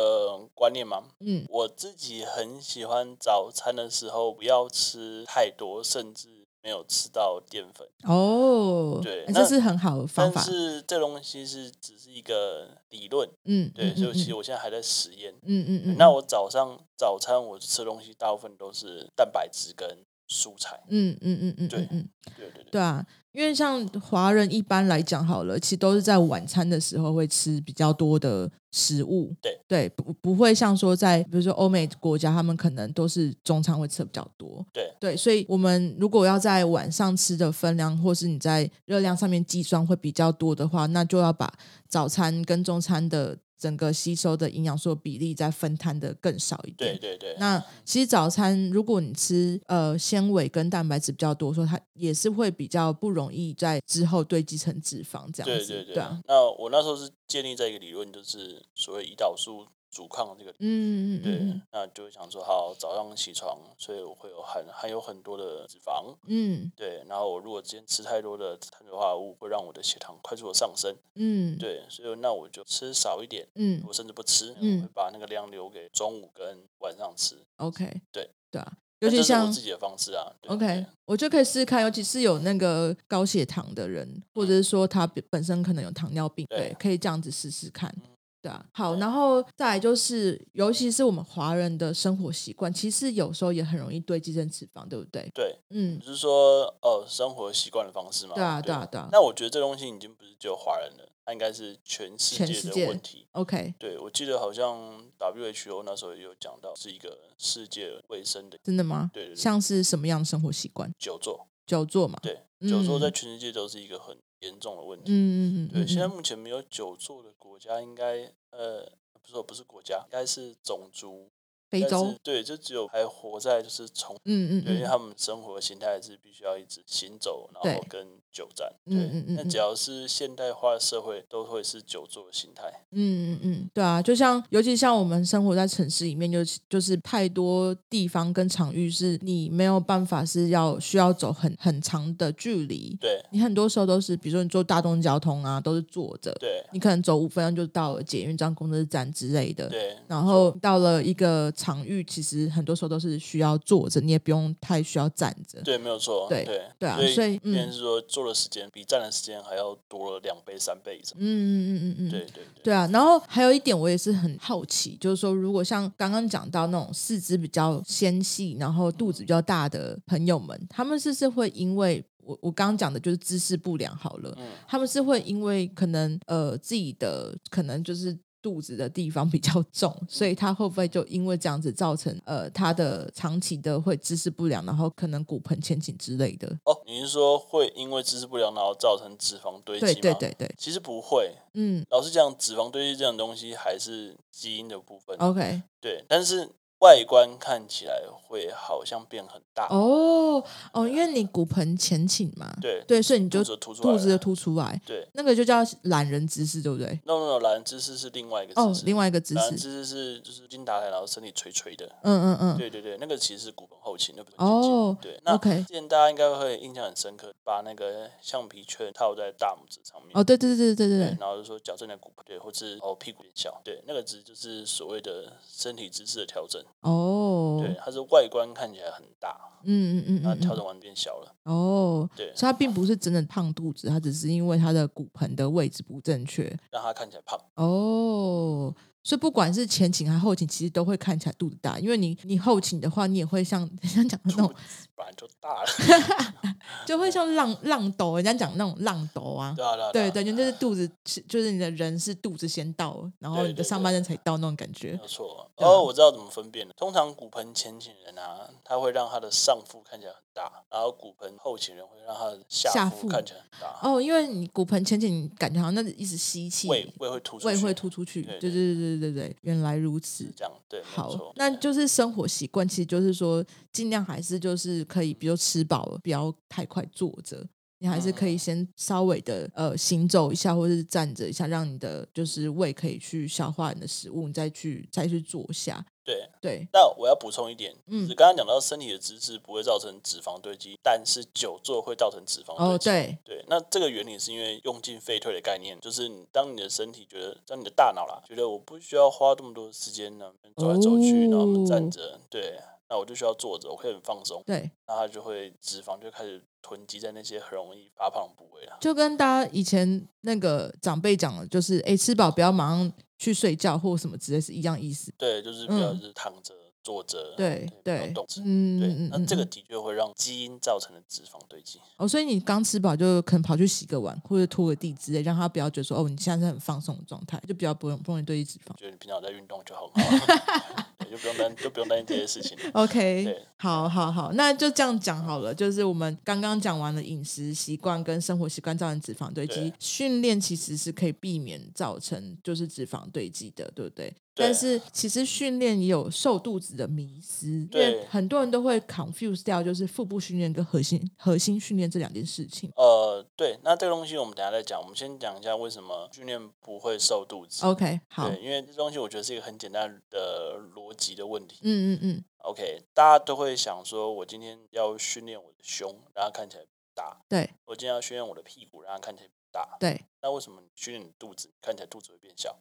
[SPEAKER 2] 观念嘛，
[SPEAKER 1] 嗯
[SPEAKER 2] 我自己很喜欢早餐的时候不要吃太多，甚至没有吃到淀粉。
[SPEAKER 1] 哦，
[SPEAKER 2] 对
[SPEAKER 1] 哎
[SPEAKER 2] 那
[SPEAKER 1] 这是很好的方
[SPEAKER 2] 但
[SPEAKER 1] 法。
[SPEAKER 2] 是这东西是只是一个理论，
[SPEAKER 1] 嗯，
[SPEAKER 2] 对，
[SPEAKER 1] 嗯
[SPEAKER 2] 所以其实
[SPEAKER 1] 嗯
[SPEAKER 2] 我现在还在实验。
[SPEAKER 1] 嗯嗯嗯，
[SPEAKER 2] 那我早上早餐我吃的东西大部分都是蛋白质跟蔬菜。
[SPEAKER 1] 嗯嗯嗯嗯，
[SPEAKER 2] 对
[SPEAKER 1] 嗯嗯，
[SPEAKER 2] 对对对，
[SPEAKER 1] 对啊，因为像华人一般来讲好了，其实都是在晚餐的时候会吃比较多的食物，
[SPEAKER 2] 对
[SPEAKER 1] 对，不不会像说在比如说欧美国家，他们可能都是中餐会吃的比较多，
[SPEAKER 2] 对
[SPEAKER 1] 对，所以我们如果要在晚上吃的分量，或是你在热量上面计算会比较多的话，那就要把早餐跟中餐的整个吸收的营养素比例再分摊的更少一点
[SPEAKER 2] 对。对对，
[SPEAKER 1] 那其实早餐如果你吃呃纤维跟蛋白质比较多，说它也是会比较不容易在之后堆积成脂肪这样
[SPEAKER 2] 对
[SPEAKER 1] 子，
[SPEAKER 2] 对对
[SPEAKER 1] 啊，。
[SPEAKER 2] 那我那时候是建立在一个理论，就是所谓胰岛素阻抗这个理论
[SPEAKER 1] 嗯嗯
[SPEAKER 2] 对，
[SPEAKER 1] 嗯
[SPEAKER 2] 那就会想说，好，早上起床，所以我会有含含有很多的脂肪，
[SPEAKER 1] 嗯
[SPEAKER 2] 对，然后我如果今天吃太多的碳水化合物，会让我的血糖快速的上升，
[SPEAKER 1] 嗯嗯
[SPEAKER 2] 对，所以那我就吃少一点，
[SPEAKER 1] 嗯
[SPEAKER 2] 我甚至不吃，
[SPEAKER 1] 嗯
[SPEAKER 2] 我会把那个量留给中午跟晚上吃，
[SPEAKER 1] ，OK，
[SPEAKER 2] 对
[SPEAKER 1] 对啊，
[SPEAKER 2] 那
[SPEAKER 1] 尤其
[SPEAKER 2] 这是我
[SPEAKER 1] 像
[SPEAKER 2] 自己的方式啊对
[SPEAKER 1] OK，
[SPEAKER 2] 对
[SPEAKER 1] 我就可以试试看，尤其是有那个高血糖的人，或者是说他本身可能有糖尿病，
[SPEAKER 2] 嗯对嗯
[SPEAKER 1] 对，可以这样子试试看。对啊，好，然后再来就是，尤其是我们华人的生活习惯，其实有时候也很容易堆积成脂肪，对不对？
[SPEAKER 2] 对，
[SPEAKER 1] 嗯
[SPEAKER 2] 你，是说呃生活习惯的方式吗？
[SPEAKER 1] 对啊，对啊，对啊。
[SPEAKER 2] 那我觉得这东西已经不是只有华人了，它应该是全世
[SPEAKER 1] 全
[SPEAKER 2] 界
[SPEAKER 1] 世
[SPEAKER 2] 的
[SPEAKER 1] 界
[SPEAKER 2] 问题。
[SPEAKER 1] OK，
[SPEAKER 2] 对，我记得好像 WHO 那时候也有讲到，是一个世界卫生的
[SPEAKER 1] 真的吗？
[SPEAKER 2] 对对对
[SPEAKER 1] 像是什么样的生活习惯？
[SPEAKER 2] 久坐。
[SPEAKER 1] 久坐嘛。
[SPEAKER 2] 对，
[SPEAKER 1] 嗯
[SPEAKER 2] 久坐在全世界都是一个很严重的问题。
[SPEAKER 1] 嗯嗯嗯嗯。
[SPEAKER 2] 对，现在
[SPEAKER 1] 嗯
[SPEAKER 2] 目前没有久坐的国家，应该呃，不是不是国家，应该是种族。
[SPEAKER 1] 非
[SPEAKER 2] 但
[SPEAKER 1] 洲
[SPEAKER 2] 是，对，就只有还活在就是从
[SPEAKER 1] 嗯嗯
[SPEAKER 2] 对，因为
[SPEAKER 1] 嗯，
[SPEAKER 2] 他们生活形态是必须要一直行走，然后
[SPEAKER 1] 对
[SPEAKER 2] 跟久站。
[SPEAKER 1] 嗯嗯嗯
[SPEAKER 2] 那
[SPEAKER 1] 嗯
[SPEAKER 2] 只要是现代化社会，都会是久坐的形态。
[SPEAKER 1] 嗯嗯嗯，对啊，就像尤其像我们生活在城市里面，就是就是太多地方跟场域是你没有办法是要需要走很很长的距离，
[SPEAKER 2] 对
[SPEAKER 1] 你很多时候都是，比如说你坐大众交通啊，都是坐着，
[SPEAKER 2] 对
[SPEAKER 1] 你可能走五分钟就到了捷运站、公车站之类的。
[SPEAKER 2] 对
[SPEAKER 1] 然后到了一个场域，其实很多时候都是需要坐着，你也不用太需要站着。
[SPEAKER 2] 对，没有错。
[SPEAKER 1] 对
[SPEAKER 2] 对
[SPEAKER 1] 对啊
[SPEAKER 2] 所
[SPEAKER 1] 所以嗯
[SPEAKER 2] 变成是说坐的时间比站的时间还要多了两倍、三倍以上。
[SPEAKER 1] 嗯嗯嗯嗯嗯，
[SPEAKER 2] 对对对
[SPEAKER 1] 对啊，然后还有一点我也是很好奇，就是说，如果像刚刚讲到那种四肢比较纤细，然后肚子比较大的朋友们，他们是不是会因为我我刚刚讲的就是姿势不良好了，
[SPEAKER 2] 嗯
[SPEAKER 1] 他们是会因为可能呃自己的可能就是。肚子的地方比较重，所以他会不会就因为这样子造成
[SPEAKER 2] 嗯
[SPEAKER 1] 呃他的长期的会姿势不良，然后可能骨盆前倾之类的？
[SPEAKER 2] 哦，你是说会因为姿势不良然后造成脂肪堆积
[SPEAKER 1] 对
[SPEAKER 2] 吗？
[SPEAKER 1] 对对对，
[SPEAKER 2] 其实不会。
[SPEAKER 1] 嗯
[SPEAKER 2] 老实讲，脂肪堆积这种东西还是基因的部分。
[SPEAKER 1] ，OK，
[SPEAKER 2] 对，但是外观看起来会好像变很大。
[SPEAKER 1] 哦哦，因为你骨盆前倾嘛，
[SPEAKER 2] 对
[SPEAKER 1] 对，所以你就
[SPEAKER 2] 肚子凸出来
[SPEAKER 1] 肚子就
[SPEAKER 2] 了
[SPEAKER 1] 凸出来，
[SPEAKER 2] 对
[SPEAKER 1] 那个就叫懒人姿势，对不对？
[SPEAKER 2] ，no no no，懒人姿势是另外一个
[SPEAKER 1] 哦
[SPEAKER 2] 姿，势。
[SPEAKER 1] 另外一个姿
[SPEAKER 2] 懒
[SPEAKER 1] 势，
[SPEAKER 2] 人姿势是就是筋打开，然后身体垂垂的。
[SPEAKER 1] 嗯嗯嗯，
[SPEAKER 2] 对对对，那个其实是骨盆后倾，那不是前倾
[SPEAKER 1] 哦
[SPEAKER 2] 对，那
[SPEAKER 1] ，OK，
[SPEAKER 2] 之前大家应该会印象很深刻，把那个橡皮圈套在大拇指上面。
[SPEAKER 1] 哦，对对对对对
[SPEAKER 2] 对
[SPEAKER 1] 对，
[SPEAKER 2] 然后就说矫正你的骨盆，对，或是哦屁股变小，对，那个只就是所谓的身体姿势的调整，
[SPEAKER 1] 哦，
[SPEAKER 2] 对，它是外观看起来很大，
[SPEAKER 1] 嗯嗯嗯
[SPEAKER 2] 那
[SPEAKER 1] 嗯
[SPEAKER 2] 调
[SPEAKER 1] 嗯，
[SPEAKER 2] 整完变小了，
[SPEAKER 1] 哦，
[SPEAKER 2] 对，
[SPEAKER 1] 所以他并不是真的胖肚子，他只是因为他的骨盆的位置不正确，
[SPEAKER 2] 让它看起来胖，
[SPEAKER 1] 哦。所以不管是前倾还是后倾，其实都会看起来肚子大，因为你你后倾的话，你也会像 *laughs* 人家 *laughs* 讲的那
[SPEAKER 2] 肚 *laughs*
[SPEAKER 1] 种，
[SPEAKER 2] 子本来就大了，
[SPEAKER 1] 就会像浪浪斗，人家讲那种浪斗啊，
[SPEAKER 2] 对啊对啊
[SPEAKER 1] *laughs* 对
[SPEAKER 2] 对
[SPEAKER 1] 对，
[SPEAKER 2] 啊，
[SPEAKER 1] 你就是肚子是，就是你的人是肚子先到，然后
[SPEAKER 2] 对
[SPEAKER 1] 你的
[SPEAKER 2] 对
[SPEAKER 1] 上
[SPEAKER 2] 对
[SPEAKER 1] 半身才到那种感觉
[SPEAKER 2] 没。有错。
[SPEAKER 1] 对啊
[SPEAKER 2] 哦，我知道怎么分辨了，通常骨盆前倾人啊，他会让他的上腹看起来很大，然后骨盆后倾人会让他的
[SPEAKER 1] 下
[SPEAKER 2] 下
[SPEAKER 1] 腹
[SPEAKER 2] 腹看起来很大，
[SPEAKER 1] 哦，因为你骨盆前倾，你感觉好像那一直吸气，
[SPEAKER 2] 胃胃会突出去，
[SPEAKER 1] 胃会突出去。
[SPEAKER 2] 对
[SPEAKER 1] 对对对对对对，原来如此
[SPEAKER 2] 是。这样，对，没有
[SPEAKER 1] 好
[SPEAKER 2] 错，，
[SPEAKER 1] 那就是生活习惯，其实就是说，尽量还是就是可以，比如吃饱了，不要太快坐着。你还是可
[SPEAKER 2] 嗯
[SPEAKER 1] 以先稍微的呃行走一下，或者是站着一下，让你的就是胃可以去消化你的食物，你再去再去坐下。
[SPEAKER 2] 对。
[SPEAKER 1] 对，
[SPEAKER 2] 那我要补充一点，
[SPEAKER 1] 嗯
[SPEAKER 2] 嗯，刚刚讲到身体的姿势不会造成脂肪堆积，但是久坐会造成脂肪
[SPEAKER 1] 哦
[SPEAKER 2] 堆积。
[SPEAKER 1] 对，
[SPEAKER 2] 对，那这个原理是因为用进废退的概念，就是你当你的身体觉得，当你的大脑啦，觉得我不需要花这么多时间呢，走来走去，然后我们
[SPEAKER 1] 哦
[SPEAKER 2] 站着，对，那我就需要坐着，我可以很放松，
[SPEAKER 1] 对，
[SPEAKER 2] 那它就会脂肪就开始囤积在那些很容易发胖的部位啦。
[SPEAKER 1] 就跟大家以前那个长辈讲的，就是哎，诶吃饱不要马上去睡觉或什么之类是一样意思。
[SPEAKER 2] 对，就是比较
[SPEAKER 1] 嗯
[SPEAKER 2] 是躺着、坐着，
[SPEAKER 1] 对
[SPEAKER 2] 没
[SPEAKER 1] 对
[SPEAKER 2] 有动着，
[SPEAKER 1] 嗯
[SPEAKER 2] 对
[SPEAKER 1] 嗯，
[SPEAKER 2] 那
[SPEAKER 1] 嗯，
[SPEAKER 2] 这个
[SPEAKER 1] 嗯
[SPEAKER 2] 的确会让基因造成的脂肪堆积。
[SPEAKER 1] 哦，所以你刚吃饱就可能跑去洗个碗或者拖个地之类，让他不要觉得说哦，你现在是很放松的状态，就比较不容不容易堆积脂肪。
[SPEAKER 2] 觉得你平常有在运动就
[SPEAKER 1] *laughs*
[SPEAKER 2] 很好了，对就不用担就不用担心这些事情了。
[SPEAKER 1] OK，
[SPEAKER 2] 对
[SPEAKER 1] 好好好，那就这样讲好了。就是我们刚刚讲完了饮食习惯跟生活习惯造成脂肪堆积
[SPEAKER 2] 对，
[SPEAKER 1] 训练其实是可以避免造成就是脂肪堆积的，对不对？
[SPEAKER 2] 对
[SPEAKER 1] 但是其实训练也有瘦肚子的迷思，因
[SPEAKER 2] 对
[SPEAKER 1] 为很多人都会 confuse 掉，就是腹部训练跟核心核心训练这两件事情。
[SPEAKER 2] 呃，对，那这个东西我们等一下再讲，我们先讲一下为什么训练不会瘦肚子。
[SPEAKER 1] OK，好，哦
[SPEAKER 2] 对，因为这东西我觉得是一个很简单的逻辑的问题。
[SPEAKER 1] 嗯嗯嗯，
[SPEAKER 2] OK，大家都会想说，我今天要训练我的胸，让它看起来大；
[SPEAKER 1] 对
[SPEAKER 2] 我今天要训练我的屁股，让它看起来大。
[SPEAKER 1] 对， *laughs*
[SPEAKER 2] 那为什么你训练你肚子，看起来肚子会变小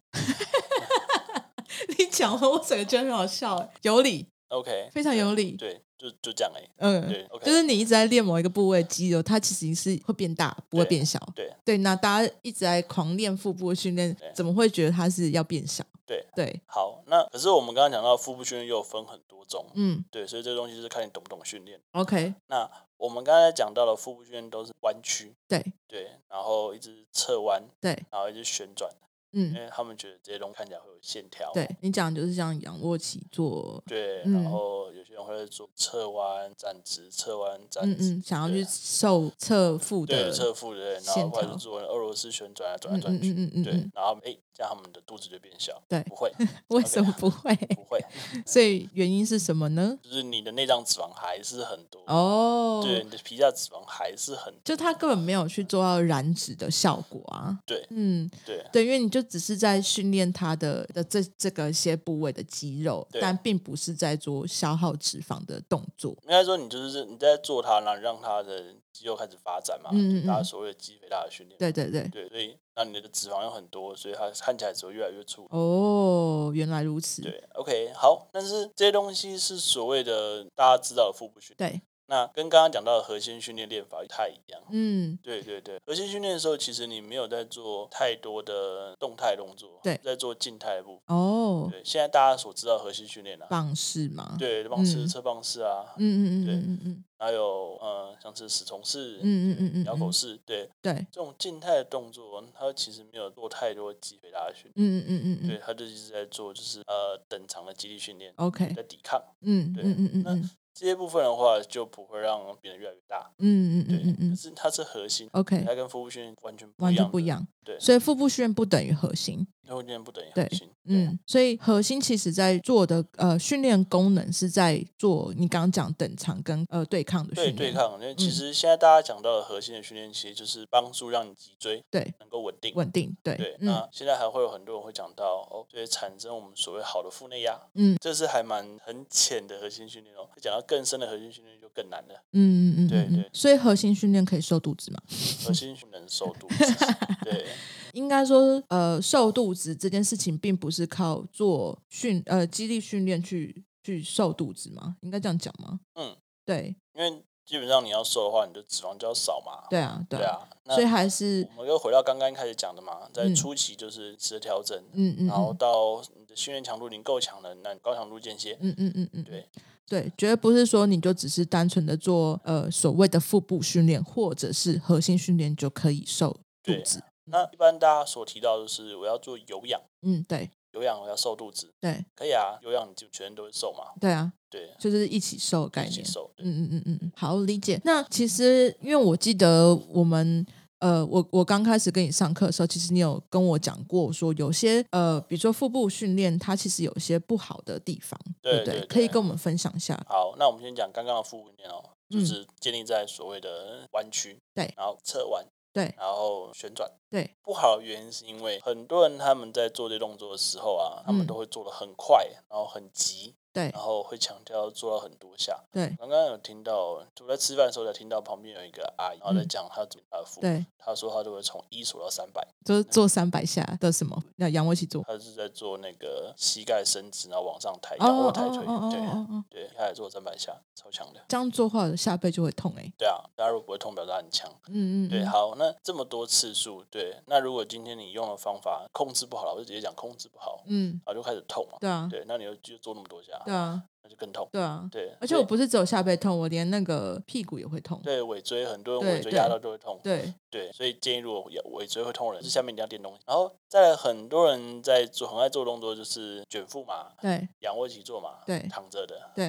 [SPEAKER 1] 你讲完我整个觉得很好笑，哎有理，
[SPEAKER 2] ？OK，
[SPEAKER 1] 非常有理。
[SPEAKER 2] 对，就就这样哎、
[SPEAKER 1] 嗯，
[SPEAKER 2] 对，OK
[SPEAKER 1] 就是你一直在练某一个部位的肌肉，它其实是会变大，不会变小。
[SPEAKER 2] 对
[SPEAKER 1] 对，那大家一直在狂练腹部的训练
[SPEAKER 2] 对，
[SPEAKER 1] 怎么会觉得它是要变小？
[SPEAKER 2] 对，
[SPEAKER 1] 对，
[SPEAKER 2] 好，那可是我们刚刚讲到腹部训练又有分很多种，
[SPEAKER 1] 嗯
[SPEAKER 2] 对，所以这东西就是看你懂不懂训练。
[SPEAKER 1] ，OK，
[SPEAKER 2] 那我们刚才讲到的腹部训练都是弯曲，
[SPEAKER 1] 对
[SPEAKER 2] 对，然后一直侧弯，
[SPEAKER 1] 对，
[SPEAKER 2] 然后一直旋转，因
[SPEAKER 1] 嗯，
[SPEAKER 2] 为他们觉得这些东西看起来会有线条，
[SPEAKER 1] 对你讲的就是像仰卧起坐，
[SPEAKER 2] 对，
[SPEAKER 1] 嗯
[SPEAKER 2] 然后有些人会做侧弯站直，侧弯
[SPEAKER 1] 嗯
[SPEAKER 2] 站直，
[SPEAKER 1] 嗯，想要
[SPEAKER 2] 对
[SPEAKER 1] 去
[SPEAKER 2] 啊
[SPEAKER 1] 瘦侧腹
[SPEAKER 2] 对
[SPEAKER 1] 的，
[SPEAKER 2] 侧腹对，然后
[SPEAKER 1] 线
[SPEAKER 2] 或者
[SPEAKER 1] 条
[SPEAKER 2] 是做俄罗斯旋转啊，转
[SPEAKER 1] 嗯
[SPEAKER 2] 来
[SPEAKER 1] 嗯
[SPEAKER 2] 转去，
[SPEAKER 1] 嗯嗯嗯
[SPEAKER 2] 对
[SPEAKER 1] 嗯，，
[SPEAKER 2] 然后哎、诶这样他们的肚子就变小，
[SPEAKER 1] 对
[SPEAKER 2] 不
[SPEAKER 1] *laughs*
[SPEAKER 2] 会
[SPEAKER 1] 为什么不会？ *laughs*
[SPEAKER 2] 不会，
[SPEAKER 1] 所以原因是什么呢？
[SPEAKER 2] 就是你的内脏脂肪还是很多，
[SPEAKER 1] 哦，
[SPEAKER 2] 对，你的皮下脂肪还是很
[SPEAKER 1] 就它根本没有去做到燃脂的效果啊。
[SPEAKER 2] 对
[SPEAKER 1] 嗯，
[SPEAKER 2] 对
[SPEAKER 1] 对，因为你就只是在训练它的的这这个些部位的肌肉，
[SPEAKER 2] 对
[SPEAKER 1] 但并不是在做消耗脂肪的动作。
[SPEAKER 2] 应该说你就是你在做它，然后让它的肌肉开始发展嘛，
[SPEAKER 1] 嗯嗯
[SPEAKER 2] 就大家
[SPEAKER 1] 嗯
[SPEAKER 2] 所谓的肌肥大的训练。
[SPEAKER 1] 对对对，
[SPEAKER 2] 对，所以那你的脂肪又很多，所以它看起来只会越来越粗。
[SPEAKER 1] 哦，原来如此。
[SPEAKER 2] 对，OK，好，但是这些东西是所谓的大家知道的腹部训练，
[SPEAKER 1] 对，
[SPEAKER 2] 那跟刚刚讲到的核心训练练法不太一样。
[SPEAKER 1] 嗯，
[SPEAKER 2] 对对对，核心训练的时候，其实你没有在做太多的动态动作，
[SPEAKER 1] 对
[SPEAKER 2] 在做静态的部分。
[SPEAKER 1] 哦，
[SPEAKER 2] 对，现在大家所知道的核心训练啊，
[SPEAKER 1] 棒式嘛。，
[SPEAKER 2] 对，棒式、
[SPEAKER 1] 嗯
[SPEAKER 2] 侧棒式啊，
[SPEAKER 1] 嗯嗯嗯
[SPEAKER 2] 对
[SPEAKER 1] 嗯嗯
[SPEAKER 2] 还有呃，像是死虫式，
[SPEAKER 1] 嗯嗯嗯嗯
[SPEAKER 2] 咬
[SPEAKER 1] 嗯
[SPEAKER 2] 狗式，对，
[SPEAKER 1] 对，
[SPEAKER 2] 这种静态的动作，它其实没有做太多肌肥大的训练，
[SPEAKER 1] 嗯嗯嗯嗯
[SPEAKER 2] 对，
[SPEAKER 1] 嗯
[SPEAKER 2] 它就一直在做就是呃等长的肌力训练，
[SPEAKER 1] ，OK，
[SPEAKER 2] 在抵抗
[SPEAKER 1] 嗯嗯
[SPEAKER 2] 对
[SPEAKER 1] 嗯嗯嗯
[SPEAKER 2] 那这些部分的话，就不会让变得越来越大，
[SPEAKER 1] 嗯嗯
[SPEAKER 2] 对，
[SPEAKER 1] 嗯
[SPEAKER 2] 可
[SPEAKER 1] 嗯
[SPEAKER 2] 是它是核心，
[SPEAKER 1] ，OK，
[SPEAKER 2] 它跟腹部训练完全不
[SPEAKER 1] 完
[SPEAKER 2] 一
[SPEAKER 1] 全
[SPEAKER 2] 样，
[SPEAKER 1] 不一，样。
[SPEAKER 2] 对，
[SPEAKER 1] 所以腹部训练不等于核心。
[SPEAKER 2] 腹部训练不等于
[SPEAKER 1] 对
[SPEAKER 2] 核心，对啊
[SPEAKER 1] 嗯，所以核心其实在做的呃训练功能是在做你刚刚讲等长跟呃对抗的训
[SPEAKER 2] 对
[SPEAKER 1] 练。
[SPEAKER 2] 对抗，因为其
[SPEAKER 1] 嗯
[SPEAKER 2] 实现在大家讲到的核心的训练，其实就是帮助让你脊椎
[SPEAKER 1] 对
[SPEAKER 2] 能够稳定。
[SPEAKER 1] 稳定，对，
[SPEAKER 2] 对，
[SPEAKER 1] 嗯
[SPEAKER 2] 那现在还会有很多人会讲到哦，所以产生我们所谓好的腹内压，
[SPEAKER 1] 嗯，
[SPEAKER 2] 这是还蛮很浅的核心训练哦。讲到更深的核心训练就更难了，
[SPEAKER 1] 嗯嗯嗯，
[SPEAKER 2] 对
[SPEAKER 1] 嗯嗯
[SPEAKER 2] 对
[SPEAKER 1] 所以核心训练可以瘦肚子嘛？
[SPEAKER 2] 核心不能瘦肚子，
[SPEAKER 1] *laughs*
[SPEAKER 2] 对
[SPEAKER 1] 应该说，呃，瘦肚子这件事情并不是靠做训呃肌力训练去去瘦肚子嘛？应该这样讲吗？
[SPEAKER 2] 嗯，
[SPEAKER 1] 对
[SPEAKER 2] 因为基本上你要瘦的话，你的脂肪就要少嘛，
[SPEAKER 1] 对啊对
[SPEAKER 2] 对啊，那
[SPEAKER 1] 所以还是
[SPEAKER 2] 我们又回到刚刚开始讲的嘛，在
[SPEAKER 1] 嗯
[SPEAKER 2] 初期就是吃调整，
[SPEAKER 1] 嗯嗯
[SPEAKER 2] 然后
[SPEAKER 1] 嗯
[SPEAKER 2] 到你的训练强度已经够强了，那你高强度间歇，
[SPEAKER 1] 嗯嗯嗯嗯，
[SPEAKER 2] 对
[SPEAKER 1] 对，绝对不是说你就只是单纯的做呃所谓的腹部训练或者是核心训练就可以瘦肚
[SPEAKER 2] 对啊
[SPEAKER 1] 子。
[SPEAKER 2] 那一般大家所提到的就是我要做有氧，
[SPEAKER 1] 嗯，对
[SPEAKER 2] 有氧我要瘦肚子，
[SPEAKER 1] 对
[SPEAKER 2] 可以啊，有氧你就全身都会瘦嘛，
[SPEAKER 1] 对啊，
[SPEAKER 2] 对，
[SPEAKER 1] 就是一起瘦的概
[SPEAKER 2] 一起
[SPEAKER 1] 念。
[SPEAKER 2] 瘦，对，
[SPEAKER 1] 嗯嗯嗯嗯嗯，好理解。那其实因为我记得我们。呃，我我刚开始跟你上课的时候，其实你有跟我讲过，说有些呃，比如说腹部训练，它其实有些不好的地方，
[SPEAKER 2] 对
[SPEAKER 1] 不对？
[SPEAKER 2] 对对
[SPEAKER 1] 可以跟我们分享一下。
[SPEAKER 2] 好，那我们先讲刚刚的腹部训练哦，就
[SPEAKER 1] 嗯
[SPEAKER 2] 是建立在所谓的弯曲，
[SPEAKER 1] 对
[SPEAKER 2] 然后侧弯，
[SPEAKER 1] 对
[SPEAKER 2] 然后旋转，
[SPEAKER 1] 对。
[SPEAKER 2] 不好的原因是因为很多人他们在做这动作的时候啊，他
[SPEAKER 1] 嗯
[SPEAKER 2] 们都会做的很快，然后很急，
[SPEAKER 1] 对
[SPEAKER 2] 然后会强调做到很多下。
[SPEAKER 1] 对
[SPEAKER 2] 刚刚有听到，就我在吃饭的时候才听到旁边有一个阿姨，然后在讲她怎么她的腹，
[SPEAKER 1] 嗯对，
[SPEAKER 2] 她说她就会从一数到三百，
[SPEAKER 1] 就是做三百下的什么？那仰卧起坐。
[SPEAKER 2] 她是在做那个膝盖伸直，然后往上抬，
[SPEAKER 1] 哦
[SPEAKER 2] 仰卧
[SPEAKER 1] 哦
[SPEAKER 2] 抬腿
[SPEAKER 1] 哦，哦
[SPEAKER 2] 对啊
[SPEAKER 1] 哦哦，
[SPEAKER 2] 对，她也做三百下，超强的。
[SPEAKER 1] 这样做的话，下背就会痛哎、欸。
[SPEAKER 2] 对啊，大家如果不会痛，表达很强。
[SPEAKER 1] 嗯嗯，
[SPEAKER 2] 对，
[SPEAKER 1] 嗯，
[SPEAKER 2] 好，那这么多次数，对，那如果今天你用的方法控制不好了，我就直接讲控制不好，
[SPEAKER 1] 嗯，
[SPEAKER 2] 然后就开始痛嘛。
[SPEAKER 1] 对啊，
[SPEAKER 2] 对，那你又就做那么多下，
[SPEAKER 1] 对啊，
[SPEAKER 2] 那就更痛。
[SPEAKER 1] 对啊。
[SPEAKER 2] 对，
[SPEAKER 1] 而且我不是只有下背痛，我连那个屁股也会痛。
[SPEAKER 2] 对尾椎，很多人
[SPEAKER 1] 对
[SPEAKER 2] 尾椎
[SPEAKER 1] 对
[SPEAKER 2] 压到就会痛。
[SPEAKER 1] 对
[SPEAKER 2] 对，所以建议如果有尾椎会痛的人，就下面一定要垫东西。然后再来，很多人在做很爱做动作，就是卷腹嘛、
[SPEAKER 1] 对
[SPEAKER 2] 仰卧起坐嘛，
[SPEAKER 1] 对
[SPEAKER 2] 躺着的。
[SPEAKER 1] 对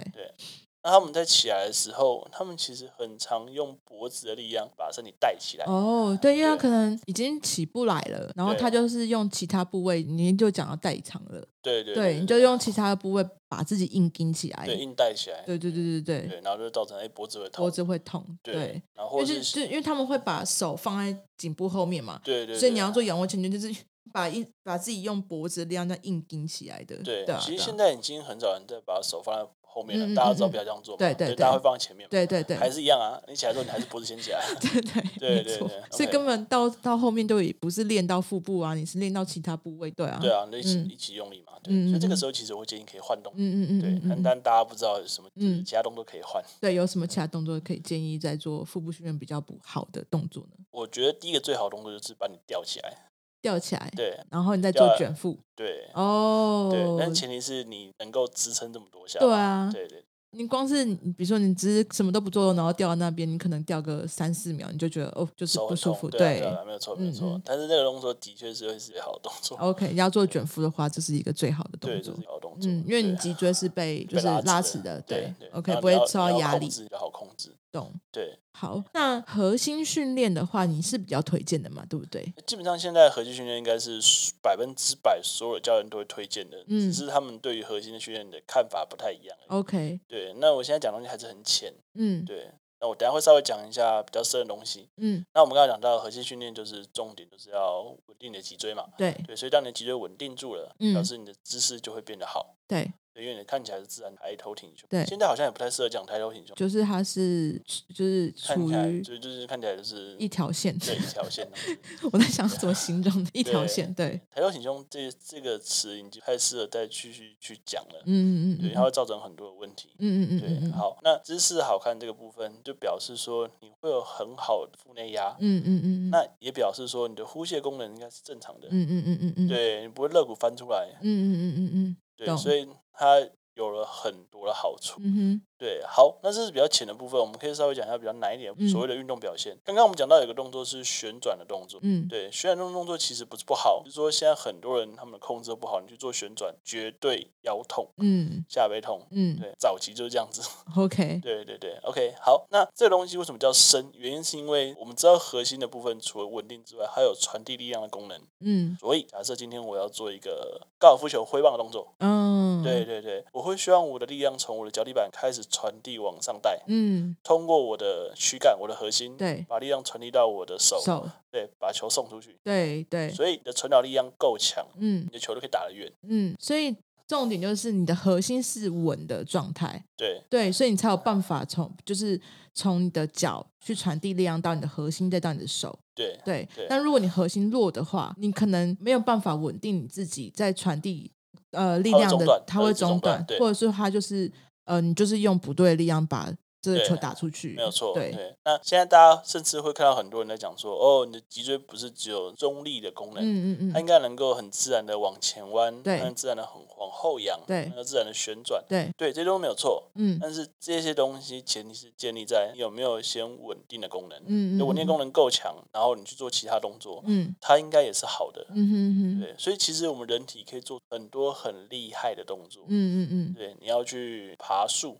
[SPEAKER 2] 那他们在起来的时候，他们其实很常用脖子的力量把身体带起来。
[SPEAKER 1] 哦，对，因为他
[SPEAKER 2] 对
[SPEAKER 1] 可能已经起不来了，然后
[SPEAKER 2] 对
[SPEAKER 1] 他就是用其他部位，你就讲到代偿了，
[SPEAKER 2] 对对
[SPEAKER 1] 对，你就用其他的部位把自己硬顶起来，
[SPEAKER 2] 对
[SPEAKER 1] 对
[SPEAKER 2] 硬带起来。
[SPEAKER 1] 对对对对，
[SPEAKER 2] 对，然后就造成哎、脖子会痛，
[SPEAKER 1] 脖子会痛，
[SPEAKER 2] 对
[SPEAKER 1] 对，，
[SPEAKER 2] 然
[SPEAKER 1] 因
[SPEAKER 2] 后或
[SPEAKER 1] 为
[SPEAKER 2] 者
[SPEAKER 1] 是就因为他们会把手放在颈部后面嘛，
[SPEAKER 2] 对对，
[SPEAKER 1] 所以你
[SPEAKER 2] 对
[SPEAKER 1] 要做仰卧起坐，就是把一把自己用脖子的力量这样硬顶起来的，
[SPEAKER 2] 对
[SPEAKER 1] 对啊，
[SPEAKER 2] 其实
[SPEAKER 1] 对啊
[SPEAKER 2] 现在已经很少人在把手放在后面的，
[SPEAKER 1] 嗯嗯
[SPEAKER 2] 大家知道
[SPEAKER 1] 嗯嗯
[SPEAKER 2] 不要这样做嘛，
[SPEAKER 1] 对对对
[SPEAKER 2] 大家会放在前面嘛，
[SPEAKER 1] 对对对，
[SPEAKER 2] 还是一样啊，你起来之后你还是脖子
[SPEAKER 1] *laughs*
[SPEAKER 2] 先起来，
[SPEAKER 1] 对对
[SPEAKER 2] 对
[SPEAKER 1] 没
[SPEAKER 2] 对
[SPEAKER 1] 错
[SPEAKER 2] 对
[SPEAKER 1] 所以
[SPEAKER 2] OK
[SPEAKER 1] 根本到到后面都也不是练到腹部啊，你是练到其他部位，对啊，
[SPEAKER 2] 对啊，那一起
[SPEAKER 1] 嗯
[SPEAKER 2] 一起用力嘛，对
[SPEAKER 1] 嗯嗯，
[SPEAKER 2] 所以这个
[SPEAKER 1] 嗯
[SPEAKER 2] 时候其实我建议可以换动作，
[SPEAKER 1] 嗯，嗯
[SPEAKER 2] 对
[SPEAKER 1] 嗯，嗯
[SPEAKER 2] 但
[SPEAKER 1] 嗯嗯，
[SPEAKER 2] 但大家不知道有什么，
[SPEAKER 1] 嗯
[SPEAKER 2] 其他动作可以换。
[SPEAKER 1] 对，有什么其他动作可以建议在做腹部训练比较不好的动作呢？
[SPEAKER 2] 我觉得第一个最好的动作就是把你吊起来，
[SPEAKER 1] 吊起来，
[SPEAKER 2] 对
[SPEAKER 1] 然后你再做
[SPEAKER 2] 吊
[SPEAKER 1] 卷腹，
[SPEAKER 2] 对
[SPEAKER 1] 哦，
[SPEAKER 2] 对，但前提是你能够支撑这么多下吧，
[SPEAKER 1] 对啊
[SPEAKER 2] 对对
[SPEAKER 1] 你光是你比如说你只是什么都不做，然后掉到那边，你可能掉个三四秒，你就觉得哦，就是
[SPEAKER 2] 手
[SPEAKER 1] 不
[SPEAKER 2] 很
[SPEAKER 1] 舒
[SPEAKER 2] 痛，
[SPEAKER 1] 服。
[SPEAKER 2] 对啊对啊，没有错没
[SPEAKER 1] 嗯
[SPEAKER 2] 有
[SPEAKER 1] 嗯。
[SPEAKER 2] 错
[SPEAKER 1] 哦
[SPEAKER 2] 但是那个动作的确是会是好的动作，
[SPEAKER 1] o k 要做卷腹的话，这是一个最好的
[SPEAKER 2] 对，
[SPEAKER 1] 动
[SPEAKER 2] 这
[SPEAKER 1] 作
[SPEAKER 2] 是。好动作，
[SPEAKER 1] 嗯，因为你
[SPEAKER 2] 对啊
[SPEAKER 1] 脊椎是被就
[SPEAKER 2] 被
[SPEAKER 1] 是
[SPEAKER 2] 拉
[SPEAKER 1] 拉
[SPEAKER 2] 直
[SPEAKER 1] 直的，
[SPEAKER 2] 对对
[SPEAKER 1] ，OK，
[SPEAKER 2] 然后
[SPEAKER 1] 不
[SPEAKER 2] 你
[SPEAKER 1] 会
[SPEAKER 2] 要
[SPEAKER 1] 受到
[SPEAKER 2] 你要
[SPEAKER 1] 压
[SPEAKER 2] 控
[SPEAKER 1] 力，
[SPEAKER 2] 制比较好控制，
[SPEAKER 1] 懂？
[SPEAKER 2] 对。
[SPEAKER 1] 好，那核心训练的话，你是比较推荐的嘛，对不对？
[SPEAKER 2] 基本上现在核心训练应该是百分之百所有教练都会推荐的，
[SPEAKER 1] 嗯哦
[SPEAKER 2] 只是他们对于核心的训练的看法不太一样而已。
[SPEAKER 1] OK，
[SPEAKER 2] 对，那我现在讲的东西还是很浅，
[SPEAKER 1] 嗯
[SPEAKER 2] 对。那我等一下会稍微讲一下比较深的东西。
[SPEAKER 1] 嗯，
[SPEAKER 2] 那我们刚才讲到核心训练，就是重点就是要稳定你的脊椎嘛。
[SPEAKER 1] 对
[SPEAKER 2] 对，所以当你的脊椎稳定住了，
[SPEAKER 1] 嗯
[SPEAKER 2] 表示你的姿势就会变得好。
[SPEAKER 1] 对，
[SPEAKER 2] 对，因为你看起来是自然抬头挺胸。
[SPEAKER 1] 对
[SPEAKER 2] 现在好像也不太适合讲抬头挺胸，
[SPEAKER 1] 就是它是就是
[SPEAKER 2] 看
[SPEAKER 1] 处
[SPEAKER 2] 起来
[SPEAKER 1] 于
[SPEAKER 2] 就就是看起来就是
[SPEAKER 1] 一条线，
[SPEAKER 2] 对一条线这样
[SPEAKER 1] *laughs*
[SPEAKER 2] 子。
[SPEAKER 1] 我在想怎么形容一条
[SPEAKER 2] 对
[SPEAKER 1] 线，对，
[SPEAKER 2] 抬头挺胸这这个词已经不太适合再继续去讲了，
[SPEAKER 1] 嗯嗯
[SPEAKER 2] 对，
[SPEAKER 1] 嗯
[SPEAKER 2] 它会造成很多的问题。
[SPEAKER 1] 嗯嗯嗯嗯
[SPEAKER 2] 对，
[SPEAKER 1] 嗯
[SPEAKER 2] 好，那姿势好看这个部分，就表示说你会有很好的腹内压，
[SPEAKER 1] 嗯嗯嗯嗯
[SPEAKER 2] 那也表示说你的呼吸功能应该是正常的，
[SPEAKER 1] 嗯嗯嗯嗯嗯，
[SPEAKER 2] 对，你不会肋骨翻出来，
[SPEAKER 1] 嗯嗯嗯嗯
[SPEAKER 2] 对，
[SPEAKER 1] 懂
[SPEAKER 2] 所以它有了很多的好处。
[SPEAKER 1] 嗯
[SPEAKER 2] 对，好，那这是比较浅的部分，我们可以稍微讲一下比较难一点
[SPEAKER 1] 嗯
[SPEAKER 2] 所谓的运动表现。刚刚我们讲到有个动作是旋转的动作，
[SPEAKER 1] 嗯
[SPEAKER 2] 对，旋转这种动作其实不是不好，就是说现在很多人他们的控制都不好，你去做旋转绝对腰痛、
[SPEAKER 1] 嗯
[SPEAKER 2] 下背痛。
[SPEAKER 1] 嗯嗯
[SPEAKER 2] 对，早期就是这样子。 *laughs*
[SPEAKER 1] ，OK，
[SPEAKER 2] 对对对，OK，好，那这个东西为什么叫伸？原因是因为我们知道核心的部分除了稳定之外，还有传递力量的功能。
[SPEAKER 1] 嗯
[SPEAKER 2] 所以假设今天我要做一个高尔夫球挥棒的动作，
[SPEAKER 1] 嗯，
[SPEAKER 2] 对，对对，我会希望我的力量从我的脚底板开始传递往上带，
[SPEAKER 1] 嗯
[SPEAKER 2] 通过我的躯干、我的核心，
[SPEAKER 1] 对，
[SPEAKER 2] 把力量传递到我的手，
[SPEAKER 1] 手，
[SPEAKER 2] 对，把球送出去。
[SPEAKER 1] 对对，
[SPEAKER 2] 所以你的传导力量够强，
[SPEAKER 1] 嗯
[SPEAKER 2] 你的球就可以打得远。
[SPEAKER 1] 嗯，所以重点就是你的核心是稳的状态，
[SPEAKER 2] 对
[SPEAKER 1] 对，所以你才有办法从就是从你的脚去传递力量到你的核心，再到你的手。
[SPEAKER 2] 对
[SPEAKER 1] 对
[SPEAKER 2] 对，
[SPEAKER 1] 但如果你核心弱的话，你可能没有办法稳定你自己在传递呃力
[SPEAKER 2] 它会
[SPEAKER 1] 量
[SPEAKER 2] 中断
[SPEAKER 1] 的，它
[SPEAKER 2] 它会
[SPEAKER 1] 会
[SPEAKER 2] 自动
[SPEAKER 1] 中
[SPEAKER 2] 断
[SPEAKER 1] 断
[SPEAKER 2] 对，
[SPEAKER 1] 或者是它就是呃，你就是用不对的力量把这个
[SPEAKER 2] 对
[SPEAKER 1] 球打出去，
[SPEAKER 2] 没有错，
[SPEAKER 1] 对，
[SPEAKER 2] 那现在大家甚至会看到很多人在讲说，哦，你的脊椎不是只有中立的功能，
[SPEAKER 1] 嗯嗯嗯，
[SPEAKER 2] 它应该能够很自然的往前弯，
[SPEAKER 1] 对
[SPEAKER 2] 它能自然的很往后仰，
[SPEAKER 1] 对
[SPEAKER 2] 能够自然的旋转，
[SPEAKER 1] 对，
[SPEAKER 2] 对，这些都没有错。
[SPEAKER 1] 嗯
[SPEAKER 2] 但是这些东西前提是建立在你有没有先稳定的功能，
[SPEAKER 1] 嗯嗯
[SPEAKER 2] 就稳定的功能够强，然后你去做其他动作，
[SPEAKER 1] 嗯
[SPEAKER 2] 它应该也是好的。
[SPEAKER 1] 嗯哼哼，
[SPEAKER 2] 对，所以其实我们人体可以做很多很厉害的动作。
[SPEAKER 1] 嗯嗯嗯
[SPEAKER 2] 对，你要去爬树，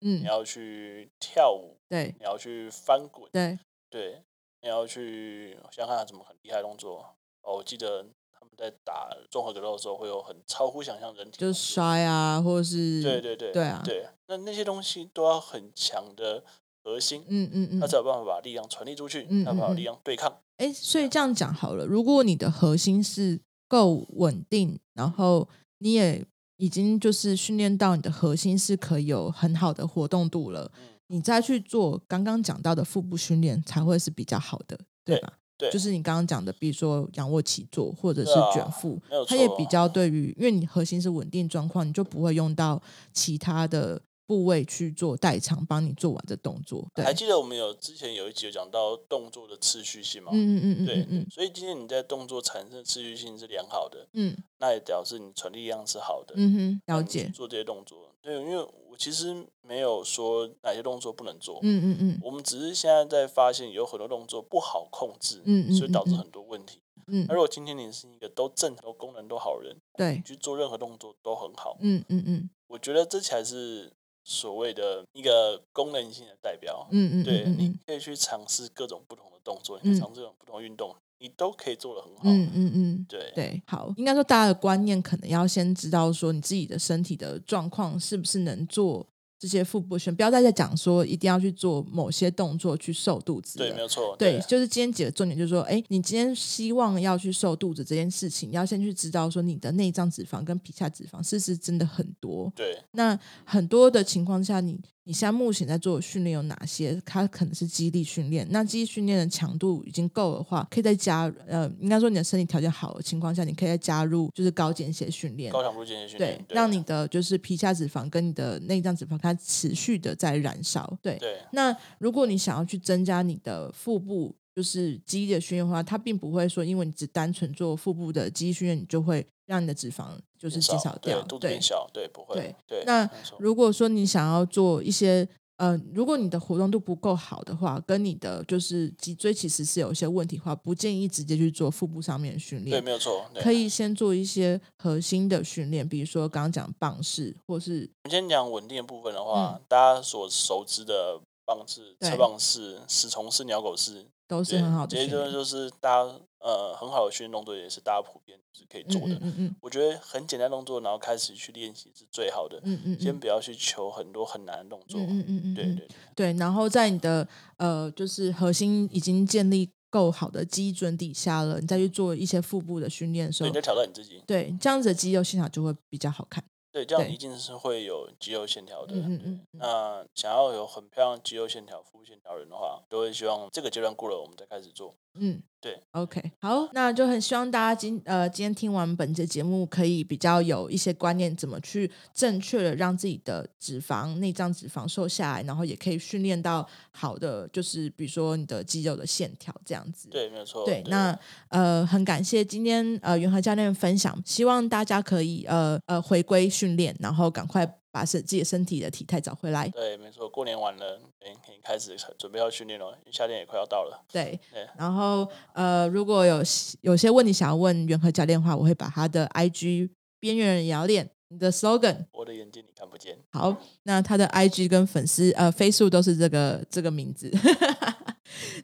[SPEAKER 2] 你
[SPEAKER 1] 嗯，
[SPEAKER 2] 要去跳舞，
[SPEAKER 1] 对
[SPEAKER 2] 你要去翻滚，
[SPEAKER 1] 对，
[SPEAKER 2] 对，你要去我想想看有什么很厉害的动作。哦，我记得他们在打综合格斗的时候，会有很超乎想象人体的
[SPEAKER 1] 就是
[SPEAKER 2] 动作，
[SPEAKER 1] 摔啊，或者是
[SPEAKER 2] 对对对
[SPEAKER 1] 对啊
[SPEAKER 2] 对，那那些东西都要很强的核心，
[SPEAKER 1] 嗯嗯嗯
[SPEAKER 2] 他，才有办法把力量传递出去，
[SPEAKER 1] 嗯
[SPEAKER 2] 他才
[SPEAKER 1] 嗯
[SPEAKER 2] 有
[SPEAKER 1] 嗯
[SPEAKER 2] 力量对抗。
[SPEAKER 1] 哎，所以这样讲好了，如果你的核心是够稳定，然后你也已经就是训练到你的核心是可以有很好的活动度了，
[SPEAKER 2] 嗯
[SPEAKER 1] 你再去做刚刚讲到的腹部训练才会是比较好的，对吧？
[SPEAKER 2] 对
[SPEAKER 1] 就是你刚刚讲的，比如说仰卧起坐或者是
[SPEAKER 2] 对啊
[SPEAKER 1] 卷腹，
[SPEAKER 2] 没有
[SPEAKER 1] 它也
[SPEAKER 2] 错啊
[SPEAKER 1] 比较对于，因为你核心是稳定状况，你就不会用到其他的部位去做代偿帮你做完这动作。对，
[SPEAKER 2] 还记得我们有之前有一集有讲到动作的次序性吗？
[SPEAKER 1] 嗯嗯嗯
[SPEAKER 2] 对
[SPEAKER 1] 嗯嗯，
[SPEAKER 2] 所以今天你在动作产生的持续性是良好的，
[SPEAKER 1] 嗯
[SPEAKER 2] 那也表示你传递量是好的。
[SPEAKER 1] 嗯哼，
[SPEAKER 2] 那
[SPEAKER 1] 了
[SPEAKER 2] 你去
[SPEAKER 1] 解。
[SPEAKER 2] 做这些动作，对，因为我其实没有说哪些动作不能做，
[SPEAKER 1] 嗯嗯嗯
[SPEAKER 2] 我们只是现在在发现有很多动作不好控制，
[SPEAKER 1] 嗯嗯
[SPEAKER 2] 所以导致
[SPEAKER 1] 嗯嗯
[SPEAKER 2] 很多问题。
[SPEAKER 1] 嗯
[SPEAKER 2] 那，如果今天你是一个都正常、都功能都好的人，
[SPEAKER 1] 对
[SPEAKER 2] 你，去做任何动作都很好，
[SPEAKER 1] 嗯嗯嗯
[SPEAKER 2] 我觉得这才是所谓的一个功能性的代表。
[SPEAKER 1] 嗯嗯，
[SPEAKER 2] 对，
[SPEAKER 1] 嗯
[SPEAKER 2] 你可以去尝试各种不同的动作，你可以
[SPEAKER 1] 嗯
[SPEAKER 2] 尝试各种不同的运动，你都可以做得很好。
[SPEAKER 1] 嗯嗯嗯，
[SPEAKER 2] 对
[SPEAKER 1] 对，好，应该说大家的观念可能要先知道说你自己的身体的状况是不是能做这些腹部训，不要再再讲说一定要去做某些动作去瘦肚子了。
[SPEAKER 2] 对，没有错，
[SPEAKER 1] 对，就是今天几个重点，就是说，哎，你今天希望要去瘦肚子这件事情，你要先去知道说你的内脏脂肪跟皮下脂肪是不是真的很多。
[SPEAKER 2] 对
[SPEAKER 1] 那很多的情况下，你你现在目前在做的训练有哪些？它可能是肌力训练，那肌力训练的强度已经够的话，可以再加呃，应该说你的身体条件好的情况下，你可以再加入就是高间歇训练，
[SPEAKER 2] 高强度间歇训
[SPEAKER 1] 对
[SPEAKER 2] 练，，
[SPEAKER 1] 让你的就是皮下脂肪跟你的内脏脂肪它持续的在燃烧，对。
[SPEAKER 2] 对
[SPEAKER 1] 那如果你想要去增加你的腹部就是肌力的训练的话，它并不会说因为你只单纯做腹部的肌力训练，你就会让你的脂肪就是
[SPEAKER 2] 变
[SPEAKER 1] 减
[SPEAKER 2] 少对
[SPEAKER 1] 掉。
[SPEAKER 2] 肚子
[SPEAKER 1] 对
[SPEAKER 2] 变，小，对，不会
[SPEAKER 1] 对，
[SPEAKER 2] 对，
[SPEAKER 1] 那
[SPEAKER 2] 没错
[SPEAKER 1] 如果说你想要做一些呃，如果你的活动度不够好的话，跟你的就是脊椎其实是有一些问题的话，不建议直接去做腹部上面的训
[SPEAKER 2] 对，
[SPEAKER 1] 练。
[SPEAKER 2] 没有错，对
[SPEAKER 1] 可以先做一些核心的训练，比如说刚刚讲棒式，或是
[SPEAKER 2] 我们先讲稳定的部分的话，大家所熟知的棒式、
[SPEAKER 1] 嗯对
[SPEAKER 2] 车棒式、死虫式、鸟狗式，
[SPEAKER 1] 都
[SPEAKER 2] 这
[SPEAKER 1] 是很好的
[SPEAKER 2] 这些
[SPEAKER 1] 训
[SPEAKER 2] 就是
[SPEAKER 1] 练。
[SPEAKER 2] 就是大家呃很好的训练动作，也是大家普遍是可以做的。
[SPEAKER 1] 嗯嗯嗯
[SPEAKER 2] 我觉得很简单动作，然后开始去练习是最好的。
[SPEAKER 1] 嗯嗯嗯，
[SPEAKER 2] 先不要去求很多很难的动作。
[SPEAKER 1] 嗯嗯嗯嗯，
[SPEAKER 2] 对
[SPEAKER 1] 嗯
[SPEAKER 2] 对
[SPEAKER 1] 对，然后在你的呃，就是核心已经建立够好的基准底下了，你再去做一些腹部的训练的时
[SPEAKER 2] 所以
[SPEAKER 1] 候
[SPEAKER 2] 你，在挑战你自己，
[SPEAKER 1] 对这样子的肌肉线条就会比较好看。
[SPEAKER 2] 对，这样
[SPEAKER 1] 对
[SPEAKER 2] 一定是会有肌肉线条的。
[SPEAKER 1] 嗯嗯
[SPEAKER 2] 对啊
[SPEAKER 1] 嗯嗯
[SPEAKER 2] 那想要有很漂亮的肌肉线条、腹部线条的人的话，就会希望这个阶段过了，我们再开始做。
[SPEAKER 1] 嗯，
[SPEAKER 2] 对
[SPEAKER 1] ，OK，好，那就很希望大家今呃今天听完本节节目，可以比较有一些观念，怎么去正确的让自己的脂肪、内脏脂肪瘦下来，然后也可以训练到好的，就是比如说你的肌肉的线条这样子。
[SPEAKER 2] 对，没哦有错。
[SPEAKER 1] 对，那呃，很感谢今天呃元和教练的分享，希望大家可以呃呃回归训练，然后赶快把身自己的身体的体态找回来。
[SPEAKER 2] 对，没错，过年完了，哎，可以开始准备要训练了，因为夏天也快要到了。
[SPEAKER 1] 对
[SPEAKER 2] 对，
[SPEAKER 1] 然后呃，如果有有些问题想要问元和教练的话，我会把他的 IG 边缘人也要练你的 slogan。
[SPEAKER 2] 我的眼睛你看不见，
[SPEAKER 1] 好，那他的 IG 跟粉丝呃飞速都是这个这个名字， *laughs*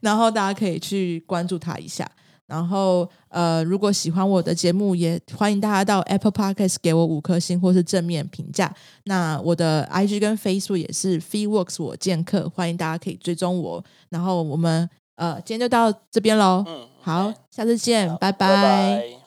[SPEAKER 1] 然后大家可以去关注他一下。然后呃，如果喜欢我的节目，也欢迎大家到 Apple Podcast 给我五颗星或是正面评价。那我的 IG 跟 Facebook 也是 FreeWorks 我见客，欢迎大家可以追踪我。然后我们呃今天就到这边喽，
[SPEAKER 2] 嗯，
[SPEAKER 1] 好
[SPEAKER 2] OK，，
[SPEAKER 1] 下次见，
[SPEAKER 2] 好
[SPEAKER 1] 拜
[SPEAKER 2] 拜拜